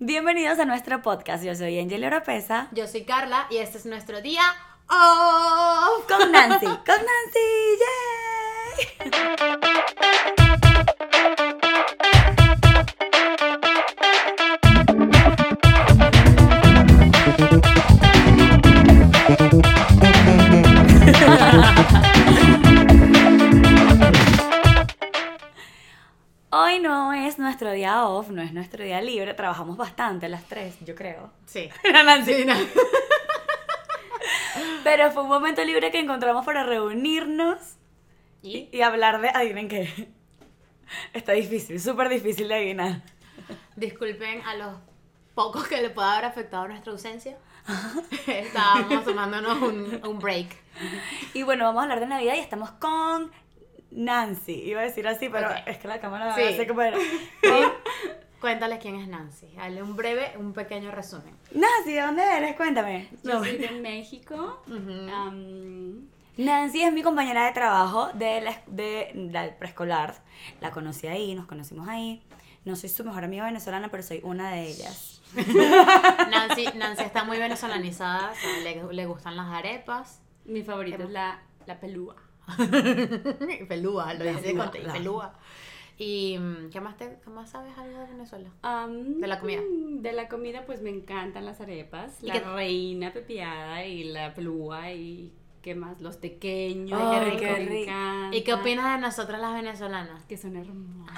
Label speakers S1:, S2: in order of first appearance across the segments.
S1: Bienvenidos a nuestro podcast. Yo soy Angel Oropesa.
S2: Yo soy Carla y este es nuestro día off.
S1: Con Nancy. con Nancy. ¡Yay! Hoy no es nuestro día off, no es nuestro día libre. Trabajamos bastante las tres, yo creo.
S2: Sí.
S1: Nancy. Pero fue un momento libre que encontramos para reunirnos
S2: Y
S1: y hablar de. Adivinen qué. Está difícil, súper difícil de adivinar.
S2: disculpen a los pocos que le pueda haber afectado nuestra ausencia. Estábamos tomándonos un, un break.
S1: Y bueno, vamos a hablar de Navidad y estamos con Nancy. Iba a decir así, pero
S2: Ok.
S1: es que la cámara
S2: Sí.
S1: hace como era.
S2: Cuéntales quién es Nancy. Dale un breve, un pequeño resumen.
S1: Nancy, ¿de dónde eres? Cuéntame.
S3: Yo
S1: No,
S3: soy de México.
S2: Ujú.
S3: Am,
S1: Nancy es mi compañera de trabajo de la, de la preescolar. La conocí ahí, nos conocimos ahí. No soy su mejor amiga venezolana, pero soy una de ellas.
S2: Nancy, Nancy está muy venezolanizada, o sea, le, le gustan las arepas.
S3: mi favorita es la, la pelúa.
S2: pelúa, lo
S1: La
S2: dice
S1: pelúa,
S2: con
S1: la-
S2: pelúa. ¿Y mm, qué más, te, qué más sabes algo de Venezuela?
S3: Am,
S2: De la comida.
S3: De la comida, pues me encantan las arepas.
S2: ¿Y
S3: La
S2: qué-
S3: reina pepiada y la pelúa y qué más, los tequeños.
S1: Ay,
S3: rico,
S1: qué
S3: me
S1: rico.
S3: encantan.
S2: ¿Y qué opinas de nosotras las venezolanas?
S3: Que son hermosas.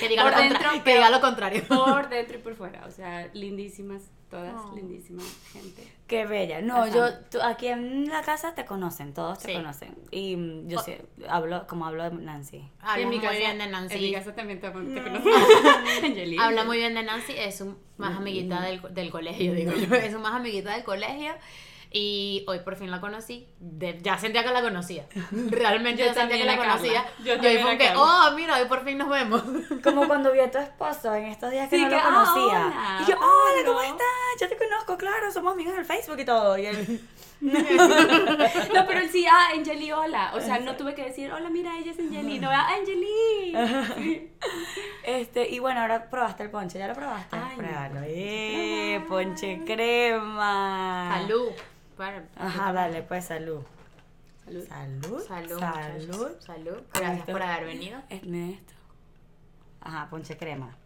S2: Que diga,
S3: Por
S2: lo, contra-
S3: dentro,
S2: que
S3: pero-
S2: diga lo contrario.
S3: Por dentro y por fuera. O sea, lindísimas, todas
S2: Oh.
S3: lindísima gente.
S1: Qué bella. No,
S3: Ajá.
S1: yo tú- aquí en la casa te conocen, todos te
S2: Sí.
S1: conocen. Y mm, yo
S2: O-
S1: sé, hablo como hablo de Nancy.
S2: Habla
S3: En
S2: muy
S3: mi casa-
S2: bien de
S3: En mi
S2: Nancy. Mm.
S3: casa también te, te conozco. Angelina.
S2: Habla muy bien de Nancy, es un,
S3: Mm,
S2: más amiguita del, del colegio, digo yo. Es un más amiguita del colegio. Y hoy por fin la conocí. De- ya sentía que la conocía. Realmente
S3: Yo
S2: yo sentía que
S3: también
S2: la
S3: a Carla.
S2: conocía.
S3: Yo
S2: y hoy
S3: también
S2: fue
S3: a
S2: un que,
S3: Carla.
S2: oh, mira, hoy por fin nos vemos.
S1: Como cuando vi a tu esposo en estos días que
S3: Sí,
S1: no
S3: que,
S1: lo
S3: ah,
S1: conocía. Ah,
S3: hola,
S1: y yo, hola, ¿cómo
S3: hola".
S1: estás? Yo te conozco, claro, somos amigos en el Facebook y todo. Y él,
S3: No, pero él sí, ah, Angeli, hola. O sea, no tuve que decir, hola, mira, ella es Angeli. No, ah, Angeli.
S1: este, y bueno, ahora probaste el ponche, ¿ya lo probaste?
S3: Ay, no.
S1: Pruébalo. ¡Eh! Ponche crema.
S3: Ah.
S2: Salud. Para-
S1: Ajá, dale, pues salud.
S3: Salud.
S1: Salud.
S2: Salud.
S1: Salud.
S2: muchachos. Salud.
S1: Con
S2: Gracias
S1: esto-
S2: por haber venido.
S1: Es- mira esto. Ajá, ponche crema.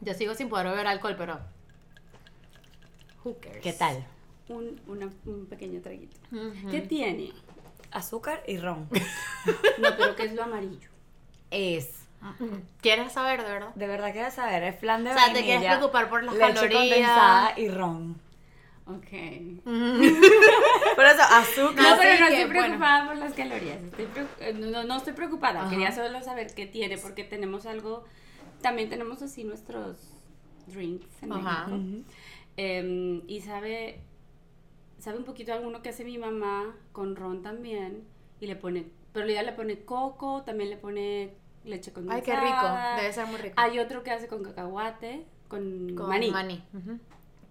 S2: Yo sigo sin poder beber alcohol, pero. Who cares?
S1: ¿Qué tal?
S3: Un, una- un pequeño traguito.
S2: Ujú.
S3: ¿Qué tiene?
S1: Azúcar y ron.
S3: No, pero ¿qué es lo amarillo?
S1: es.
S2: ¿Quieres saber, de verdad?
S1: De verdad quiero saber, es flan de
S2: O sea, te
S1: vainilla,
S2: quieres preocupar por las
S1: leche
S2: calorías.
S1: condensada y ron.
S3: Ok.
S1: Por eso, azúcar.
S3: Mm.
S2: Así Ah,
S3: No, pero no
S2: que,
S3: estoy
S2: bueno.
S3: preocupada por las calorías. Estoy preocu- eh, no, no estoy preocupada.
S2: Ajá.
S3: Quería solo saber qué tiene, porque tenemos algo. También tenemos así nuestros drinks en
S2: Ajá.
S3: México. Em, y sabe, sabe un poquito alguno que hace mi mamá con ron también y le pone, pero ella le pone coco, también le pone leche
S2: Ay,
S3: condensada.
S2: qué
S1: Ah.
S2: rico. Debe ser muy rico.
S3: Hay otro que hace con cacahuate, con, maní.
S2: Ujú.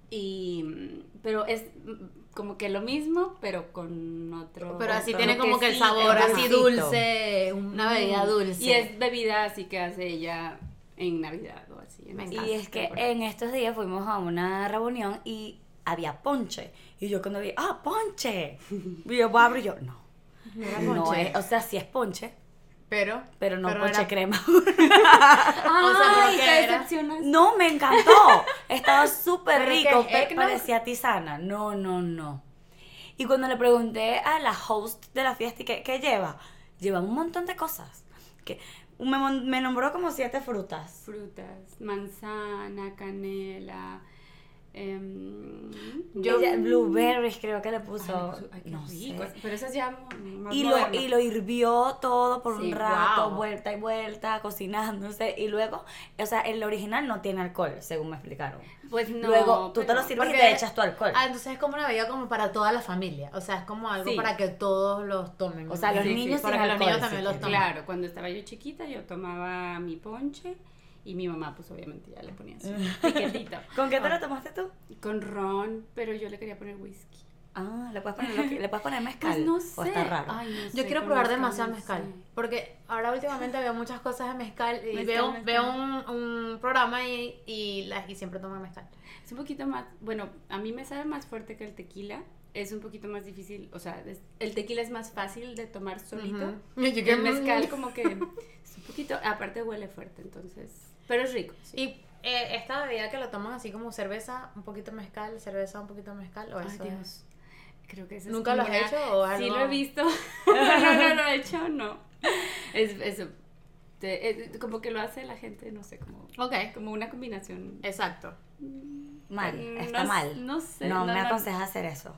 S3: Y mm, pero es mm, como que lo mismo, pero con otro
S2: Pero así
S3: otro
S2: tiene como que el
S3: quesito.
S2: sabor
S1: el
S2: así
S1: dulcito.
S2: dulce, una bebida dulce.
S3: Mm. Y es bebida así que hace ella en Navidad o así. en
S2: Me
S3: esas
S1: Y es que
S3: temporadas.
S1: en estos días fuimos a una reunión y había ponche. Y yo cuando vi, ah, ponche. Y yo abro y yo, no.
S2: Era
S1: No
S2: ponche.
S1: es, o sea, sí es ponche,
S2: pero
S1: pero no
S2: Pero
S1: ponche
S2: era-
S1: crema.
S3: Ay,
S2: o sea, pero ¿qué
S3: te
S2: era?
S3: decepcionas.
S1: no, me encantó. Estaba súper
S2: Pero es
S1: rico,
S2: que-
S1: pe-
S2: es que no-
S1: parecía tisana. No, no, no. Y cuando le pregunté a la host de la fiesta, ¿qué, qué lleva? Lleva un montón de cosas. Que me, mon- me nombró como siete frutas.
S3: frutas, manzana, canela. em,
S1: Yo, blueberries creo que le puso.
S3: ay, qué
S1: no
S3: rico,
S1: sé.
S3: Pero esas ya m- más
S1: Y lo,
S3: modernas.
S1: y lo hirvió todo por
S3: Sí,
S1: un rato,
S2: wow.
S1: vuelta y vuelta, cocinándose. Y luego, o sea, el original no tiene alcohol, según me explicaron.
S3: pues no,
S1: luego, tú te
S3: pero-
S1: lo sirves y
S2: porque-
S1: te echas tu alcohol.
S2: Ah, entonces es como una bebida como para toda la familia. O sea, es como algo
S3: Sí.
S2: para que todos los tomen.
S1: O sea, los
S2: Sí, sí,
S1: niños
S2: Para
S1: sin
S2: que los
S1: alcohol,
S2: niños
S1: sí,
S2: también los
S1: sí,
S2: tomen.
S3: Claro, cuando estaba yo chiquita yo tomaba mi ponche y mi mamá pues obviamente ya le ponía su piquetito Ah.
S1: ¿Con qué te lo tomaste tú?
S3: con ron, pero yo le quería poner whisky.
S1: Ah, le puedes poner, lo que- le puedes poner mezcal.
S3: Pues no
S1: O
S3: sé.
S1: está raro.
S3: Ay, no
S2: Yo
S3: sé,
S2: quiero
S3: con
S2: probar
S3: mezcal,
S2: demasiado
S3: no
S2: mezcal.
S3: sé.
S2: Porque ahora últimamente veo muchas cosas de mezcal y
S3: Mezcal,
S2: veo,
S3: mezcal.
S2: veo un, un programa y, y, la- y siempre tomo mezcal.
S3: Es un poquito más, bueno, a mí me sabe más fuerte que el tequila. Es un poquito más difícil, o sea, es- el tequila es más fácil de tomar solito.
S2: Ujú. Y yo
S3: Y
S2: que-
S3: el mezcal como que es un poquito, aparte huele fuerte, entonces, pero es rico. sí.
S2: Y eh, esta bebida que lo toman así como cerveza, un poquito mezcal, cerveza, un poquito mezcal, o
S3: Ay,
S2: eso es-
S3: Dios. Creo que eso
S2: ¿Nunca lo has hecho o
S3: Sí,
S2: algo?
S3: lo he visto. no, no, no, lo he hecho, no. Es eso. Te- es como que lo hace la gente, no sé, como,
S2: Ok,
S3: como una combinación.
S2: exacto.
S1: Mal,
S3: Mm,
S1: está
S3: no-
S1: mal.
S3: no sé,
S1: No,
S3: no,
S1: me
S3: no.
S1: aconsejas hacer eso.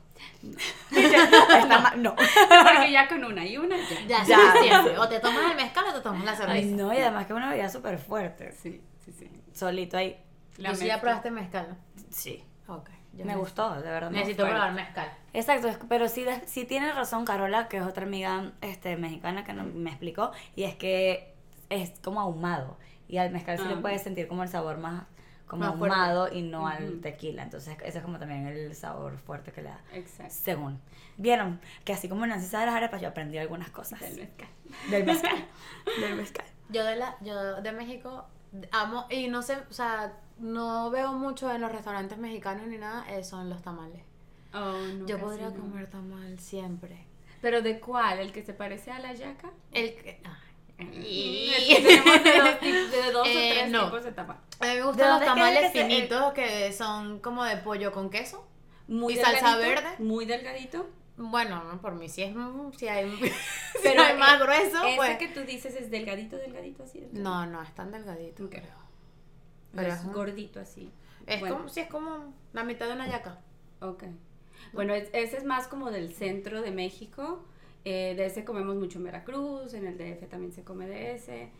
S1: está mal, no.
S3: Porque ya con una y una ya.
S2: Ya,
S1: Ya.
S2: suficiente. O te tomas el mezcal o te tomas la
S1: Ay,
S2: cerveza.
S1: no, y además que es una bebida súper fuerte.
S3: Sí, sí, sí.
S1: Solito ahí.
S3: La
S2: Yo sí ya
S3: mezcla.
S2: probaste mezcal.
S1: Sí.
S2: Ok. yo
S1: me
S2: necesito-
S1: gustó, de verdad. me
S2: Necesito
S1: gustó.
S2: probar mezcal.
S1: Exacto, es- pero sí, de- sí tiene razón Carola, que es otra amiga este, mexicana que no- me explicó, y es que es como ahumado, y al mezcal sí le
S3: Ah.
S1: puedes sentir como el sabor más como
S2: Más fuerte.
S1: ahumado y no al
S3: Ujú.
S1: tequila, entonces ese es como también el sabor fuerte que le da.
S3: Exacto.
S1: Según, vieron que así como Nancy sabe las arepas, yo aprendí algunas cosas
S3: Del mezcal.
S1: del mezcal, del mezcal.
S2: Yo de la, yo de México amo y no sé, o sea, no veo mucho en los restaurantes mexicanos ni nada, eh, son los tamales.
S3: Oh, no,
S2: yo
S3: casi
S2: podría
S3: no.
S2: comer tamal siempre.
S3: ¿Pero de cuál? ¿El que se parece a la yaca? Ah.
S2: El que- ay. Y-
S3: Es que tenemos de dos, tip- de dos
S2: Eh,
S3: o tres
S2: no.
S3: tipos de tapa.
S2: A mí me
S1: ¿De
S2: gustan los
S1: dónde es que
S2: tamales
S1: es que se- eh?
S2: finitos que son como de pollo con queso.
S3: Muy
S2: ¿Y salsa
S3: delgadito,
S2: verde?
S3: Muy delgadito.
S2: Bueno, no, por mí si es si hay, si
S3: Pero
S1: eh,
S2: hay más
S3: e-
S2: grueso,
S3: Ese
S2: pues.
S3: que tú dices es delgadito, delgadito así. delgadito.
S2: No, no, es tan delgadito.
S3: Ok.
S2: creo.
S3: Pero es
S2: Ajá.
S3: gordito así.
S2: Es
S3: Bueno.
S2: como si es como la mitad de una yaca.
S3: Ok. Bueno, es- ese es más como del centro de México. Eh, de ese comemos mucho en Veracruz, en el DF también se come de ese.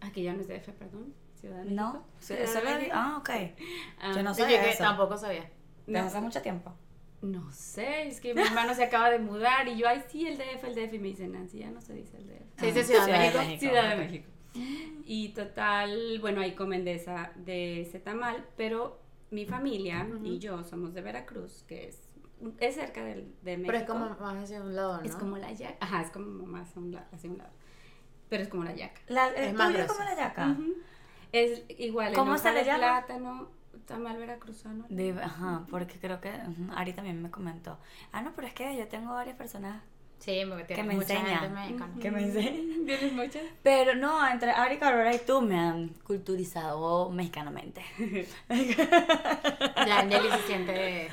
S3: Aquí ya no es DF, perdón. Ciudad de
S1: ¿No?
S3: México.
S1: Sí,
S3: Ciudad
S1: eso
S3: de
S1: lo-
S3: México.
S1: Ah, ok.
S3: Ah,
S1: Yo no
S2: Yo
S1: sabía
S2: que
S1: eso.
S2: tampoco sabía.
S1: Desde
S3: no.
S1: hace mucho tiempo.
S3: No sé, es que mi hermano se acaba de mudar y yo, ay, sí, el DF, el DF. Y me dice, Nancy, ya no se dice el DF.
S2: Se dice
S1: Ah,
S2: Ciudad de México.
S3: Ciudad de
S1: ok.
S3: México. Y total, bueno, ahí comen de, esa, de ese tamal, pero mi familia y yo somos de Veracruz, que es, es cerca del- de, México.
S2: Pero es como más hacia un lado, ¿no?
S3: Es como la yaca. Ajá, es como más a un lado, hacia un lado. Pero es como la yaca.
S1: La, el
S2: Es más
S1: tuyo es
S2: grueso.
S1: como la yaca.
S3: Ujú. Es igual.
S1: ¿Cómo
S3: enoja
S1: se le
S3: de
S1: llama?
S3: Plátano, tamal veracruzano.
S1: De- ajá, porque creo que ujú, Ari también me comentó. Ah, no, pero es que yo tengo varias personas
S2: Sí, porque tiene
S1: Que me
S2: mucha
S1: enseña.
S2: gente mexicana.
S1: que me enseñan.
S3: ¿Tienes muchas?
S1: Pero no, entre Ari, Carola y tú me han culturizado mexicanamente.
S2: Ya Angeli se siente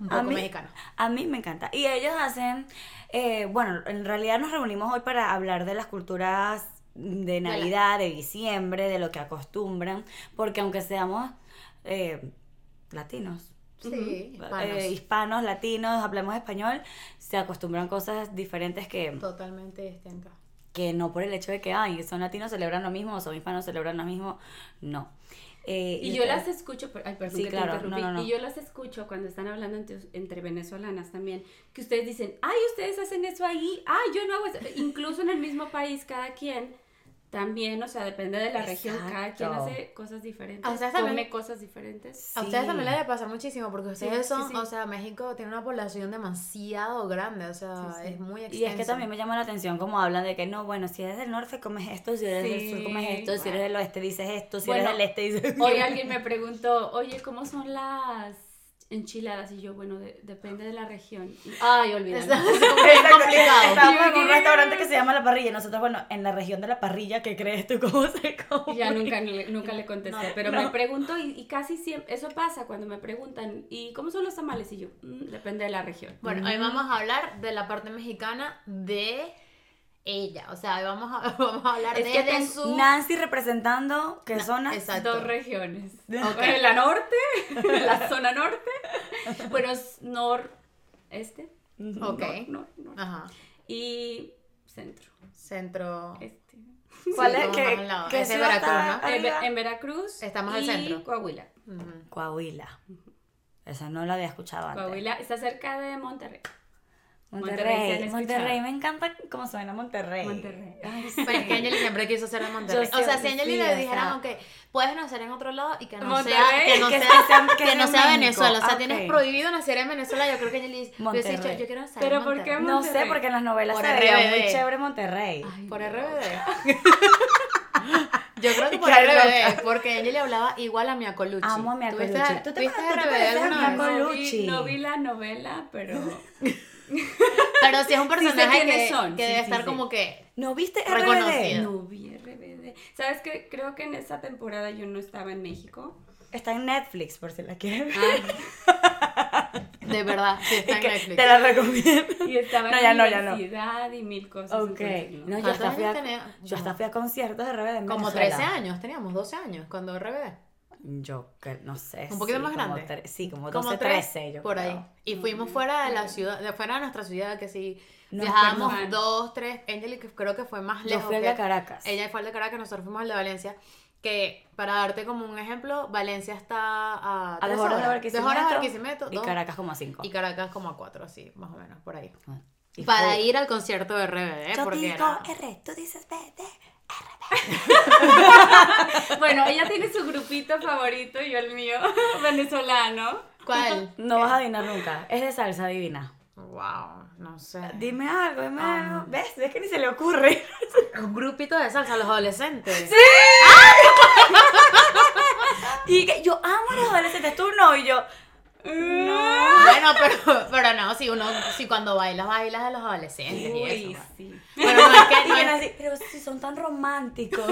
S2: un
S1: A
S2: poco
S1: mí-
S2: mexicana.
S1: A mí me encanta. Y ellos hacen, eh, bueno, en realidad nos reunimos hoy para hablar de las culturas de
S2: la-
S1: Navidad, de diciembre, de lo que acostumbran, porque aunque seamos eh, latinos,
S2: Sí, hispanos.
S1: eh, hispanos, latinos, hablamos español, se acostumbran cosas diferentes que...
S2: Totalmente distinta.
S1: que no por el hecho de que ay son latinos celebran lo mismo o son hispanos celebran lo mismo no Eh,
S3: Y yo las
S1: entonces-
S3: escucho, per- ay, perdón
S1: Sí,
S3: que te
S1: claro,
S3: interrumpí.
S1: no, no, no.
S3: Y yo las escucho cuando están hablando entre, entre venezolanas también, que ustedes dicen, ay, ustedes hacen eso ahí, ay, yo no hago eso. Incluso en el mismo país, cada quien también, o sea, depende de la región, cada quien
S1: Exacto. Ah,
S3: hace cosas diferentes,
S2: A ustedes
S3: come
S2: también-
S3: cosas diferentes.
S2: A ustedes
S1: Sí.
S2: también les debe pasar muchísimo porque ustedes
S3: sí,
S2: son,
S3: sí.
S2: o sea, México tiene una población demasiado grande, o sea,
S3: Sí, sí.
S2: es muy
S1: y
S2: extensa.
S1: es que también me llama la atención como hablan de que no bueno si eres del norte comes esto si eres del sur
S3: Sí,
S1: comes esto si
S3: bueno.
S1: eres del oeste dices esto si
S3: Bueno,
S1: eres del este dices
S3: Hoy alguien me preguntó, oye, ¿cómo son las enchiladas? Y yo, bueno, de- depende de la región. Ay,
S2: es,
S3: olvídalo.
S2: es complicado.
S1: Estábamos en un restaurante que se llama La Parrilla. Nosotros, bueno, en la región de La Parrilla, ¿qué crees tú? ¿Cómo se come?
S3: Ya nunca le, nunca le contesté, pero
S1: no.
S3: me pregunto y, y casi siempre, eso pasa cuando me preguntan, ¿y cómo son los tamales? Y yo, "Mm, depende de la región.
S2: Bueno, hoy vamos a hablar de la parte mexicana de ella, o sea, hoy vamos a, vamos a hablar
S3: Es
S2: de,
S3: que
S2: de
S3: ten-
S2: su...
S1: Nancy representando que son las-
S2: Exacto.
S3: Dos regiones.
S2: Ok.
S3: Bueno, la norte, la zona norte, bueno, es noreste,
S2: Ok.
S3: nor- nor- nor-
S2: Ajá,
S3: y centro,
S2: centro...
S3: este.
S1: ¿Cuál
S2: Sí,
S1: es?
S2: como
S1: ¿Qué-
S2: más al lado.
S1: qué
S2: Ese es
S1: ciudad está
S2: Veracruz, ¿no?
S3: En,
S1: arriba?
S3: Ve- en Veracruz
S2: Está más al
S3: y
S2: centro.
S3: Coahuila.
S2: Ujú.
S1: Coahuila. Esa no la había escuchado antes.
S3: Coahuila está cerca de Monterrey.
S1: Monterrey.
S3: Monterrey, ¿se han
S1: Monterrey,
S3: escuchado?
S1: me encanta cómo suena Monterrey.
S3: Monterrey.
S1: Ay, sí.
S2: Pero Pues es que Angeli siempre quiso ser de Monterrey.
S1: Yo
S2: o sea, si
S1: siempre,
S2: Angeli
S1: sí,
S2: le
S1: o
S2: dijeran,
S1: sea.
S2: ok, puedes nacer en otro lado y que no sea,
S3: Monterrey,
S2: que no
S1: que
S2: sea,
S1: sea-
S2: que
S1: que sea
S2: no sea
S1: México.
S2: Venezuela. O sea,
S1: Ah,
S2: tienes
S1: ok.
S2: prohibido nacer en Venezuela. Yo creo que Angeli dice, hubiese dicho,
S1: Monterrey.
S2: yo quiero nacer
S3: Pero
S2: en
S3: ¿por qué
S2: Monterrey.
S1: No sé, porque en las novelas
S2: Por
S1: se veía
S2: RBD.
S1: muy chévere Monterrey.
S2: Por RBD. Yo creo que por
S1: Qué
S2: RBD, porque Angeli hablaba igual a mi acoluchi.
S1: Amo a Mia
S2: ¿Tuviste-
S1: Colucci.
S2: ¿Tú
S1: ¿Tú
S2: te
S1: te
S2: viste
S1: acuerdas- tú te
S2: RBD
S1: pareces a
S2: alguna
S1: Mia
S2: vez?
S1: Colucci?
S3: No
S1: Colucci.
S3: vi, no vi la novela, pero
S2: Pero sí es un
S3: Sí sé
S2: personaje que,
S3: quiénes son,
S2: que
S3: sí,
S2: debe
S3: sí,
S2: estar
S3: sí.
S2: como que...
S1: ¿No viste
S2: Reconocido.
S1: RBD?
S3: no vi RBD. ¿Sabes qué? Creo que en esa temporada yo no estaba en México.
S1: Está en Netflix, por si la quieres ver.
S3: Ay,
S2: De verdad, sí Ah, está
S1: Y
S2: en
S1: que
S2: Netflix.
S1: Te la recomiendo.
S3: y estaba
S1: No,
S3: en
S1: ya
S3: la
S1: no, ya no.
S3: universidad y mil cosas.
S1: Ok.
S3: entonces,
S1: No,
S3: no.
S1: yo hasta,
S2: ¿Cuántos
S1: fui
S2: años
S1: a,
S2: tenía?
S1: yo hasta fui a conciertos de RBD en
S2: Como
S1: Venezuela.
S2: 13 años, teníamos 12 años cuando RBD.
S1: Yo que no sé.
S2: ¿Un poquito
S1: sí,
S2: más
S1: como
S2: grande?
S1: tre- sí, como 12,
S2: Como
S1: 13 yo
S2: por
S1: creo. Mm.
S2: ahí. Y fuimos fuera de la ciudad, de fuera de nuestra ciudad, que sí,
S1: No,
S2: viajábamos
S3: perdón.
S2: dos, tres, Angeli que creo que fue más
S1: Yo
S2: lejos.
S1: fui al
S2: que-
S1: de Caracas.
S2: Ella fue al de Caracas, nosotros fuimos al de Valencia, que para darte como un ejemplo, Valencia está a,
S1: a
S2: tres
S1: dos horas de
S2: dos
S1: Barquisimeto.
S2: horas de Barquisimeto,
S1: Y
S2: dos,
S1: Caracas como a cinco.
S2: y Caracas como a cuatro, así, más o menos, por ahí.
S1: Ah, y
S2: para
S1: fue-
S2: ir al concierto de RBD,
S1: Yo
S2: porque
S1: digo
S2: era-
S1: R, tú dices BD.
S3: Bueno, ella tiene su grupito favorito, yo el mío, venezolano.
S2: ¿Cuál?
S1: No vas a adivinar nunca. Es de salsa divina.
S2: Wow, no sé.
S1: Dime algo, dime
S2: Ah.
S1: algo. ¿Ves? Es que ni se le ocurre.
S2: Un grupito de salsa, los adolescentes.
S1: Y que yo amo a los adolescentes, tú no, y yo. No.
S2: Bueno, pero, pero no, si uno, si cuando bailas, bailas a los adolescentes y eso.
S3: Uy,
S2: pues.
S3: sí.
S2: Pero no es que
S1: Y
S2: no
S1: que
S2: es-
S1: así, pero si son tan románticos.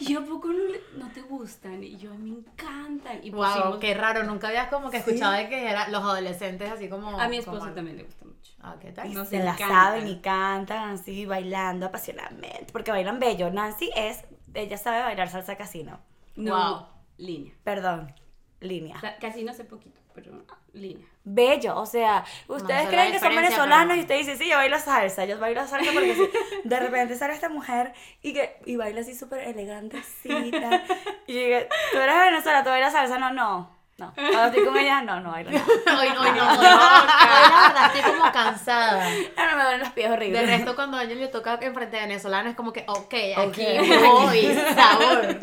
S3: Y yo, ¿a poco no, le- no te gustan? Y yo, me encantan. Y
S2: Wow,
S3: pusimos-
S2: qué raro, nunca habías como que escuchado de que era los adolescentes así como.
S3: A mi esposo
S2: como-
S3: también le gusta mucho.
S2: Ah, ¿qué tal?
S3: No. Nos
S1: se la
S3: encantan.
S1: saben y cantan así, bailando apasionadamente, porque bailan bello. Nancy es, ella sabe bailar salsa casino.
S2: Wow.
S3: Línea.
S1: Perdón, línea.
S3: O sea, casi no sé poquito, pero ah, línea.
S1: Bello, o sea, ustedes
S2: sé la
S1: creen que son
S2: diferencia,
S1: venezolanos
S2: pero-
S1: y ustedes dicen, sí, yo bailo salsa, yo bailo salsa porque sí. de repente sale esta mujer y que y baila así súper elegantecita. Y yo dije, tú eres de Venezuela, tú bailas salsa, no, no, no. Cuando estoy con ella, no, no bailo. nada.
S2: Hoy, hoy no, hoy no, hoy la verdad estoy como cansada.
S1: No, no me duelen los pies horribles.
S2: De resto, cuando a Angel le toca enfrente de venezolanos, es como que, ok, aquí
S1: Ok.
S2: voy, sabor.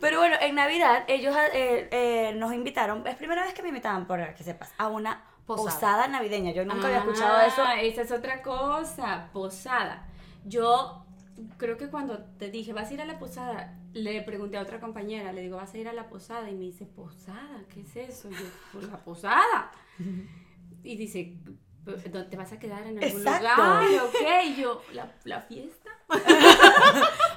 S1: Pero bueno, en Navidad ellos eh, eh, nos invitaron, es primera vez que me invitaban, por que sepas, a una
S2: Posada.
S1: posada, navideña. Yo nunca había escuchado
S3: Ah,
S1: eso.
S3: Esa es otra cosa, posada. Yo creo que cuando te dije, vas a ir a la posada, le pregunté a otra compañera, le digo, vas a ir a la posada. Y me dice, posada, ¿qué es eso? Yo, pues la posada. Y dice, "¿Dó- ¿te vas a quedar en algún
S1: Exacto.
S3: lugar? Y, ok, y yo, ¿la, la fiesta?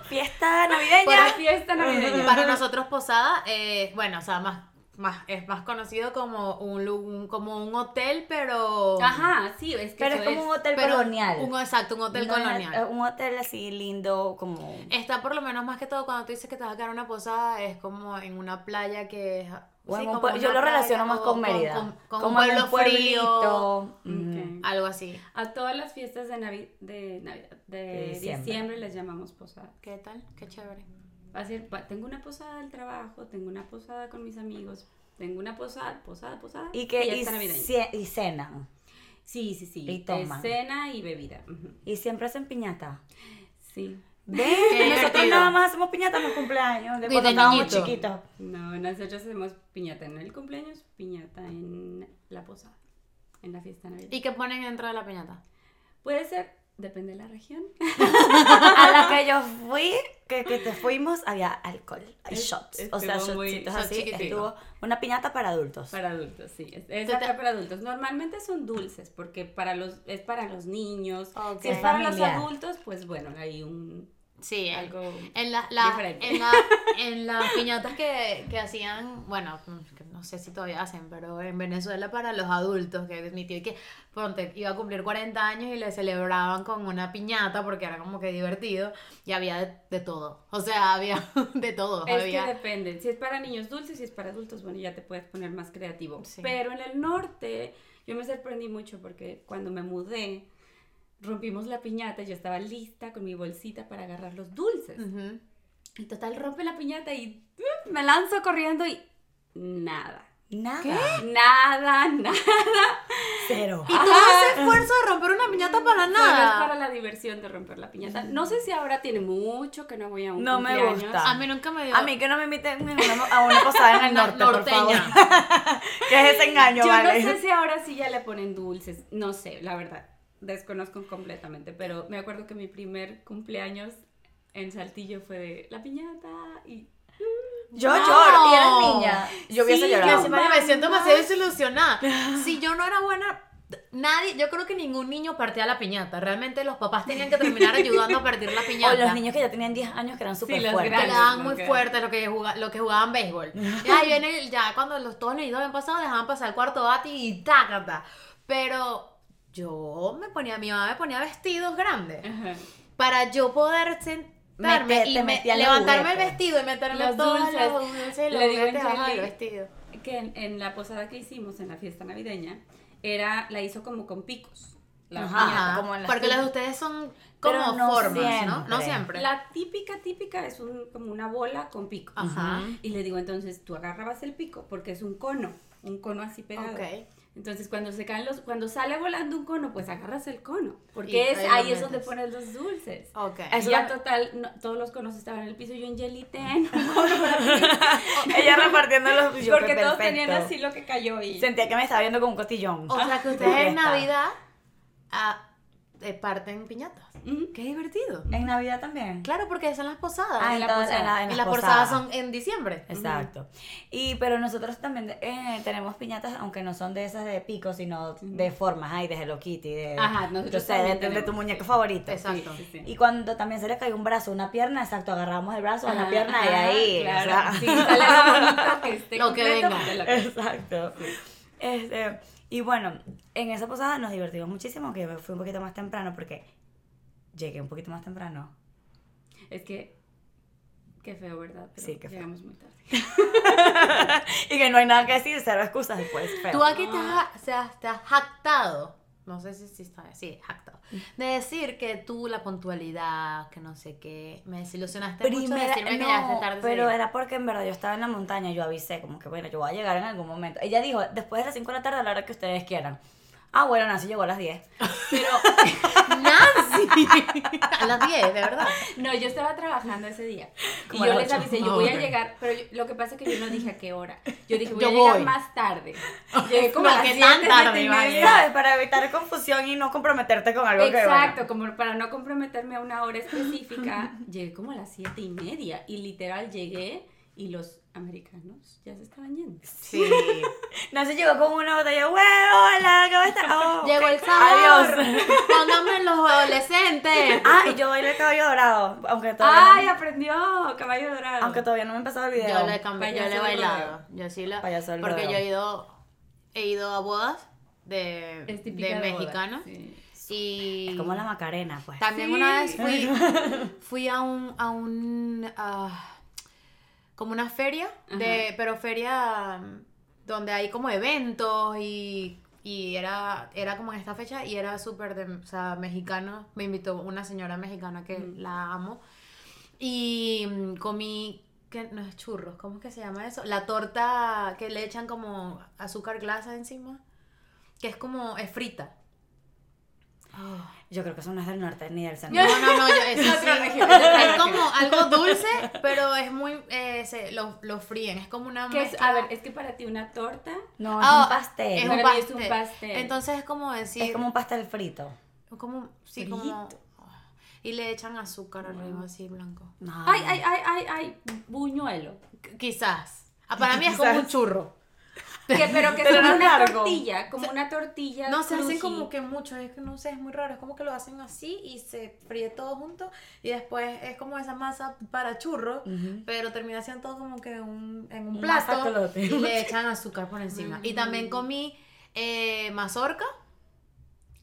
S1: Fiesta
S3: La
S1: navideña.
S3: fiesta navideña.
S2: Para nosotros posada, eh, bueno, o sea, más, más, es más conocido como un, lu- un- como un hotel, pero...
S3: Ajá, sí, es que
S1: Pero es
S3: eso
S1: como un hotel
S2: pero
S1: colonial.
S2: Un, exacto, un hotel
S1: No es-
S2: colonial.
S1: eh, un hotel así lindo, como.
S2: Está por lo menos más que todo cuando tú dices que te vas a quedar en una posada, es como en una playa que es...
S1: o en
S2: sí,
S1: un
S2: como
S1: pue- yo
S2: una
S1: lo relaciono
S2: playa
S1: más
S2: o
S1: con Mérida.
S2: Con, con
S1: como
S2: un
S1: en
S2: pueblo frío,
S1: pueblito. Mm.
S3: Ok.
S2: algo así.
S3: A todas las fiestas de, Navi- de Navidad, de,
S1: De
S3: diciembre.
S1: diciembre.
S3: les llamamos posada.
S2: ¿Qué tal? Qué chévere.
S3: Va a ser, va- tengo una posada del trabajo, tengo una posada con mis amigos, tengo una posada, posada, posada.
S1: Y que y,
S3: fiesta navideña.
S1: cie- y cenan.
S3: Sí, sí, sí.
S1: y
S3: de
S1: toman.
S3: Cena y bebida. ujú.
S1: Y siempre hacen piñata.
S3: Sí.
S1: Ven, nosotros
S2: divertido.
S1: nada más hacemos piñata en los cumpleaños, de
S2: Y
S1: cuando
S2: de
S1: estábamos
S2: niñito.
S1: chiquitos.
S3: No, nosotros hacemos piñata en el cumpleaños, piñata en la posada, en la fiesta navideña.
S2: ¿Y qué ponen dentro de la piñata?
S3: Puede ser, depende de la región.
S1: a la que yo fui, que, que te fuimos, había alcohol, hay
S3: Es-
S1: shots.
S3: estuvo
S1: O sea,
S3: muy-
S1: shotsitos
S2: shot
S1: así.
S2: chiquitito.
S1: Estuvo una piñata para adultos.
S3: Para adultos, sí. Es, es
S2: Te-
S3: acá para adultos. Normalmente son dulces porque para los es para los niños.
S2: Ok.
S3: Si es para los
S1: Familiar.
S3: adultos, pues bueno, hay un
S2: Sí, el-
S3: algo
S2: En, la- la-
S3: Diferente.
S2: en, la- en las piñatas que, que hacían, bueno, que no sé si todavía hacen, pero en Venezuela para los adultos, que mi tío y que ponte, iba a cumplir 40 años y le celebraban con una piñata porque era como que divertido y había de, de todo, o sea, había de todo,
S3: Es
S2: había...
S3: que depende. Si es para niños dulces, si es para adultos, bueno, ya te puedes poner más creativo.
S2: Sí.
S3: Pero en el norte, yo me sorprendí mucho porque cuando me mudé, rompimos la piñata, yo estaba lista con mi bolsita para agarrar los dulces.
S2: Ujú.
S3: Y total, rompe la piñata y ¡uh! me lanzo corriendo y nada.
S1: Nada.
S3: Nada, nada.
S1: Cero.
S2: Y todo ese esfuerzo de romper una piñata para
S3: Solo es para
S2: nada.
S3: la diversión de romper la piñata. No sé si ahora tiene mucho que no voy a un
S1: No me
S3: cumpleaños.
S1: gusta.
S2: A mí nunca me dio.
S1: A mí que no me inviten a una- a una posada en el
S2: Una
S1: norte, por favor.
S2: norteña.
S1: que es ese engaño,
S3: Yo
S1: vale?
S3: no sé si ahora sí ya le ponen dulces. No sé, la verdad. Desconozco completamente. Pero me acuerdo que mi primer cumpleaños en Saltillo fue de la piñata y
S1: Yo
S2: No.
S1: lloro, y eras niña. Yo hubiese
S3: Sí,
S1: llorado.
S2: Yo siempre me siento
S3: Mamá.
S2: demasiado desilusionada. Si yo no era buena, nadie, yo creo que ningún niño partía la piñata. Realmente los papás tenían que terminar ayudando a partir la
S1: O
S2: piñata.
S1: los niños que ya tenían 10 años que eran súper
S3: los
S1: fuertes.
S2: que le
S3: grandes.
S2: daban muy
S3: Ok.
S2: fuerte lo que, juga- lo que jugaban béisbol. Ya, y en el- ya cuando los, todos los niños habían pasado, dejaban pasar el cuarto bate y tácata. Pero yo me ponía, mi mamá me ponía vestidos grandes
S3: Ajá.
S2: para yo poder sentarme
S1: Meterte,
S2: y me-
S1: metía los
S2: levantarme el
S1: juguetes.
S2: vestido y meterme
S3: Los
S2: todos
S3: dulces.
S2: los dulces y los
S3: Le digo a
S2: juguetes abajo del
S3: Angeli-
S2: vestido.
S3: que en, en la posada que hicimos en la fiesta navideña era la hizo como con picos. La
S1: Ajá.
S3: piñata.
S2: Ajá,
S1: como en las
S2: porque
S1: tuyas.
S2: las de ustedes son
S1: Pero
S2: como
S1: no
S2: formas, ¿no?
S1: siempre.
S2: No siempre.
S3: La típica típica es un- como una bola con pico.
S2: Ajá.
S3: Y le digo entonces tú agarrabas el pico porque es un cono, un cono así pegado.
S2: Ok.
S3: Entonces cuando se caen los, cuando sale volando un cono, pues agarras el cono,
S2: Y
S3: porque es,
S2: ahí lo
S3: ahí es donde
S2: metes.
S3: pones los dulces.
S2: Ok.
S1: Eso
S3: Y ya
S1: también-
S3: total, no- todos los conos estaban en el piso, yo en gelité, en un cono,
S1: Ella repartiendo los yo,
S3: porque
S1: qué
S3: todos
S1: perfecto.
S3: tenían así lo que cayó y
S1: Sentía que me estaba viendo con un cotillón.
S2: O sea que ustedes en Navidad ah, eh, parten piñatas.
S3: Ujú.
S2: Qué divertido.
S1: En Navidad también.
S2: Claro, porque son las posadas.
S1: Ah,
S2: y
S1: en
S2: la-
S1: todas-
S3: posada.
S1: la- en
S2: y
S1: las
S2: las posadas
S1: posadas.
S2: son en diciembre.
S1: Exacto. Y pero nosotros también eh, tenemos piñatas, aunque no son de esas de picos, sino de formas, ay, de Hello Kitty, de,
S3: Ajá, nosotros
S1: yo sé,
S3: también
S1: de, de tu
S3: tenemos,
S1: muñeco favorito.
S2: Exacto.
S3: Sí, sí, sí.
S1: Y cuando también se le cayó un brazo, una pierna, exacto, agarramos el brazo, una
S3: Ajá,
S1: pierna y
S3: ajá,
S1: ahí. o
S3: claro.
S1: sea.
S3: Sí, sale lo bonito que esté
S2: Lo que
S3: completo,
S2: venga.
S3: porque lo que-
S1: Exacto. Este, y bueno, en esa posada nos divertimos muchísimo, que yo me fui un poquito más temprano porque llegué un poquito más temprano.
S3: Es que qué feo, ¿verdad? Pero
S1: Sí, qué feo.
S3: llegamos muy tarde.
S1: y que no hay nada que decir, cero excusas pues, después. pero-
S2: Tú aquí te
S1: Ah.
S2: has, o sea, te has jactado. No sé si, si está así, jactado. De decir que tú la puntualidad, que no sé qué, me desilusionaste mucho de
S1: Primera-
S2: decirme que llegaste tarde. ese
S1: pero
S2: día.
S1: era porque en verdad yo estaba en la montaña, yo avisé, como que bueno, yo voy a llegar en algún momento. Ella dijo, después de las 5 de la tarde a la hora que ustedes quieran. Ah, bueno, Nancy llegó a las 10.
S2: Nancy. A las 10, de verdad.
S3: No, yo estaba trabajando ese día. Y
S1: Como a
S3: yo
S1: las
S3: les
S1: ocho.
S3: avisé,
S2: Ah,
S3: yo voy a
S2: ok.
S3: llegar, pero yo- lo que pasa es que yo no dije a qué hora. Yo dije, voy
S2: Yo
S3: a llegar
S2: voy.
S3: más tarde. Llegué como
S2: No,
S3: a las
S2: que
S3: siete,
S2: tan tarde,
S3: siete y
S2: vale.
S3: media.
S1: ¿Sabes? Para evitar confusión y no comprometerte con algo que bueno,
S3: Exacto, como para no comprometerme a una hora específica, llegué como a las siete y media y literal llegué y los americanos ya se estaban yendo.
S2: Sí.
S1: Nancy llegó con una botella de huevo, hola, ¿cómo estás? Oh,
S2: Llegó el
S1: Adiós.
S2: sabor. Pónganme los adolescentes.
S1: Ah, y yo bailé el cabello dorado, aunque todavía,
S3: ¡Ay, aprendió! Caballo dorado.
S1: aunque todavía no me he pasado el video.
S2: Yo le he cambiado, yo le he
S3: Payaso del
S2: bailado. Yo sí lo.
S1: Payaso del
S2: Porque
S1: rodeo.
S2: yo he ido, he ido a bodas de,
S3: Es
S2: de
S3: típica boda,
S2: mexicanos.
S3: sí.
S2: Y
S1: Como la Macarena, pues.
S2: también
S3: Sí.
S2: una vez fui, fui a un, a un ah, como una feria, de, pero feria mm, donde hay como eventos y, y era, era como en esta fecha y era súper de, o sea, mexicano. Me invitó una señora mexicana que la amo. Y mm, comí, que no es churros, ¿cómo es que se llama eso? La torta que le echan como azúcar glasa encima, que es como, es frita.
S1: Yo creo que eso no es del norte ni del centro.
S2: No, no, no, yo, eso sí.
S3: Otro México.
S2: Es como algo dulce, pero es muy, eh, se- lo, lo fríen, es como una
S3: ¿Qué es?
S2: mezcla-
S3: A ver, es que para ti una torta
S1: No, es
S2: Ah,
S1: un pastel.
S2: Es un
S3: Para mí es
S2: pastel.
S3: un pastel.
S2: Entonces es como decir,
S1: Es como un pastel frito.
S2: como, sí, como, y le echan azúcar arriba así blanco.
S1: No.
S3: Ay, ay, ay, ay, ay, buñuelo.
S2: Qu- Quizás. Ah, Para mí es como un churro.
S3: Que, pero que es
S1: Pero no
S3: como
S1: es
S3: una
S1: largo.
S3: tortilla, como una tortilla.
S2: No, se hacen
S3: cruji.
S2: como que mucho, es que no sé, es muy raro, es como que lo hacen así y se fríe todo junto y después es como esa masa para churro, pero termina siendo todo como que un- en un
S1: Mm. Un
S2: plato
S1: masacolote.
S2: y le echan azúcar por encima. Y también comí eh, mazorca,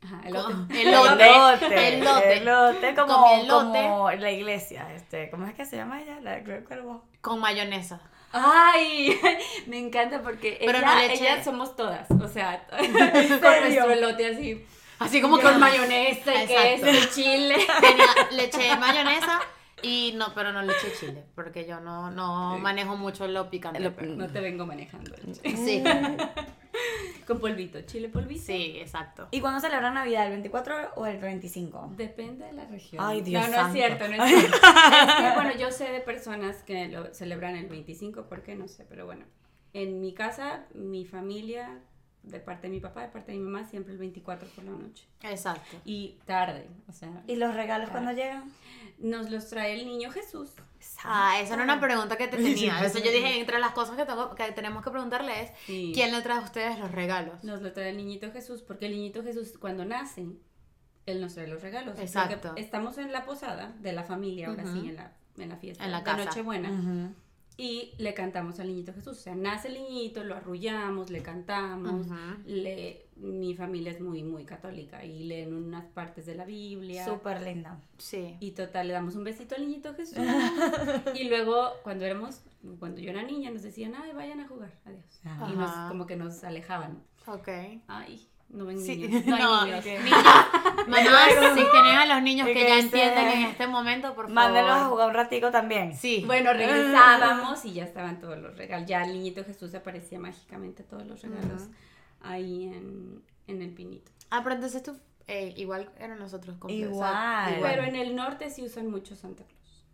S3: Ajá, el otro.
S2: con-
S1: Elote,
S2: elote,
S1: elote,
S2: elote,
S1: como,
S2: Comí elote.
S1: como la iglesia, este, ¿cómo es que se llama ella? La Cruz Cuervo.
S2: con mayonesa.
S3: Ay, me encanta porque
S2: Pero
S3: ella,
S2: no le eché-
S3: ella somos todas, o sea, con nuestro elote así,
S2: Así como
S3: con mayonesa y queso
S2: Exacto.
S3: y chile.
S2: Tenía- le eché mayonesa, Y no, pero no le eché chile, porque yo no, no manejo mucho lo picante.
S1: Lo-
S2: pero-
S3: No te vengo manejando. el chile.
S2: Sí,
S3: Con polvito, chile polvito.
S2: sí, exacto.
S1: ¿Y cuándo celebran Navidad? ¿El 24 o el 25?
S3: Depende de la región.
S1: Ay, Dios
S3: No, no
S1: santo.
S3: es cierto, no es cierto. Es que, bueno, yo sé de personas que lo celebran el 25, ¿por qué? No sé, pero bueno. En mi casa, mi familia, de parte de mi papá, de parte de mi mamá, siempre el 24 por la noche.
S2: Exacto.
S3: Y tarde, o sea,
S1: ¿Y los regalos cuándo llegan?
S3: nos los trae el niño Jesús.
S2: Ah, esa era una pregunta que te tenía.
S1: Sí,
S2: Eso yo dije, entre las cosas que, tengo- que tenemos que preguntarle es,
S3: Sí.
S2: ¿quién le trae a ustedes los regalos?
S3: Nos lo trae el niñito Jesús, porque el niñito Jesús cuando nace, él nos trae los regalos. Porque
S2: Exacto.
S3: Estamos en la posada de la familia, ahora sí, en la, en la fiesta
S2: En la
S3: de
S2: casa.
S3: Nochebuena. Y le cantamos al niñito Jesús. O sea, nace el niñito, lo arrullamos, le cantamos.
S2: Ujú.
S3: le, mi familia es muy, muy católica y leen unas partes de la Biblia.
S1: Súper linda.
S2: Sí.
S3: Y total, le damos un besito al niñito Jesús. y luego, cuando éramos, cuando yo era niña, nos decían, ay, vayan a jugar, adiós.
S1: Ajá.
S3: Y nos,
S2: Ajá.
S3: como que nos alejaban.
S2: Ok.
S3: Ay, no ven
S2: Sí.
S3: niños. No, hay
S2: No,
S3: niños.
S2: Mamá, si tienen a los niños
S1: Y
S2: que
S1: que
S2: ya entienden
S1: sea-
S2: en este momento, por favor.
S1: Mándenlos a jugar un ratico también.
S2: Sí.
S3: Bueno, regresábamos y ya estaban todos los regalos. Ya el niñito Jesús aparecía mágicamente todos los regalos ahí en, en el pinito.
S2: Ah, pero entonces tú, eh, igual eran nosotros. con- o sea,
S1: Igual.
S3: Pero en el norte sí usan mucho Santa Claus.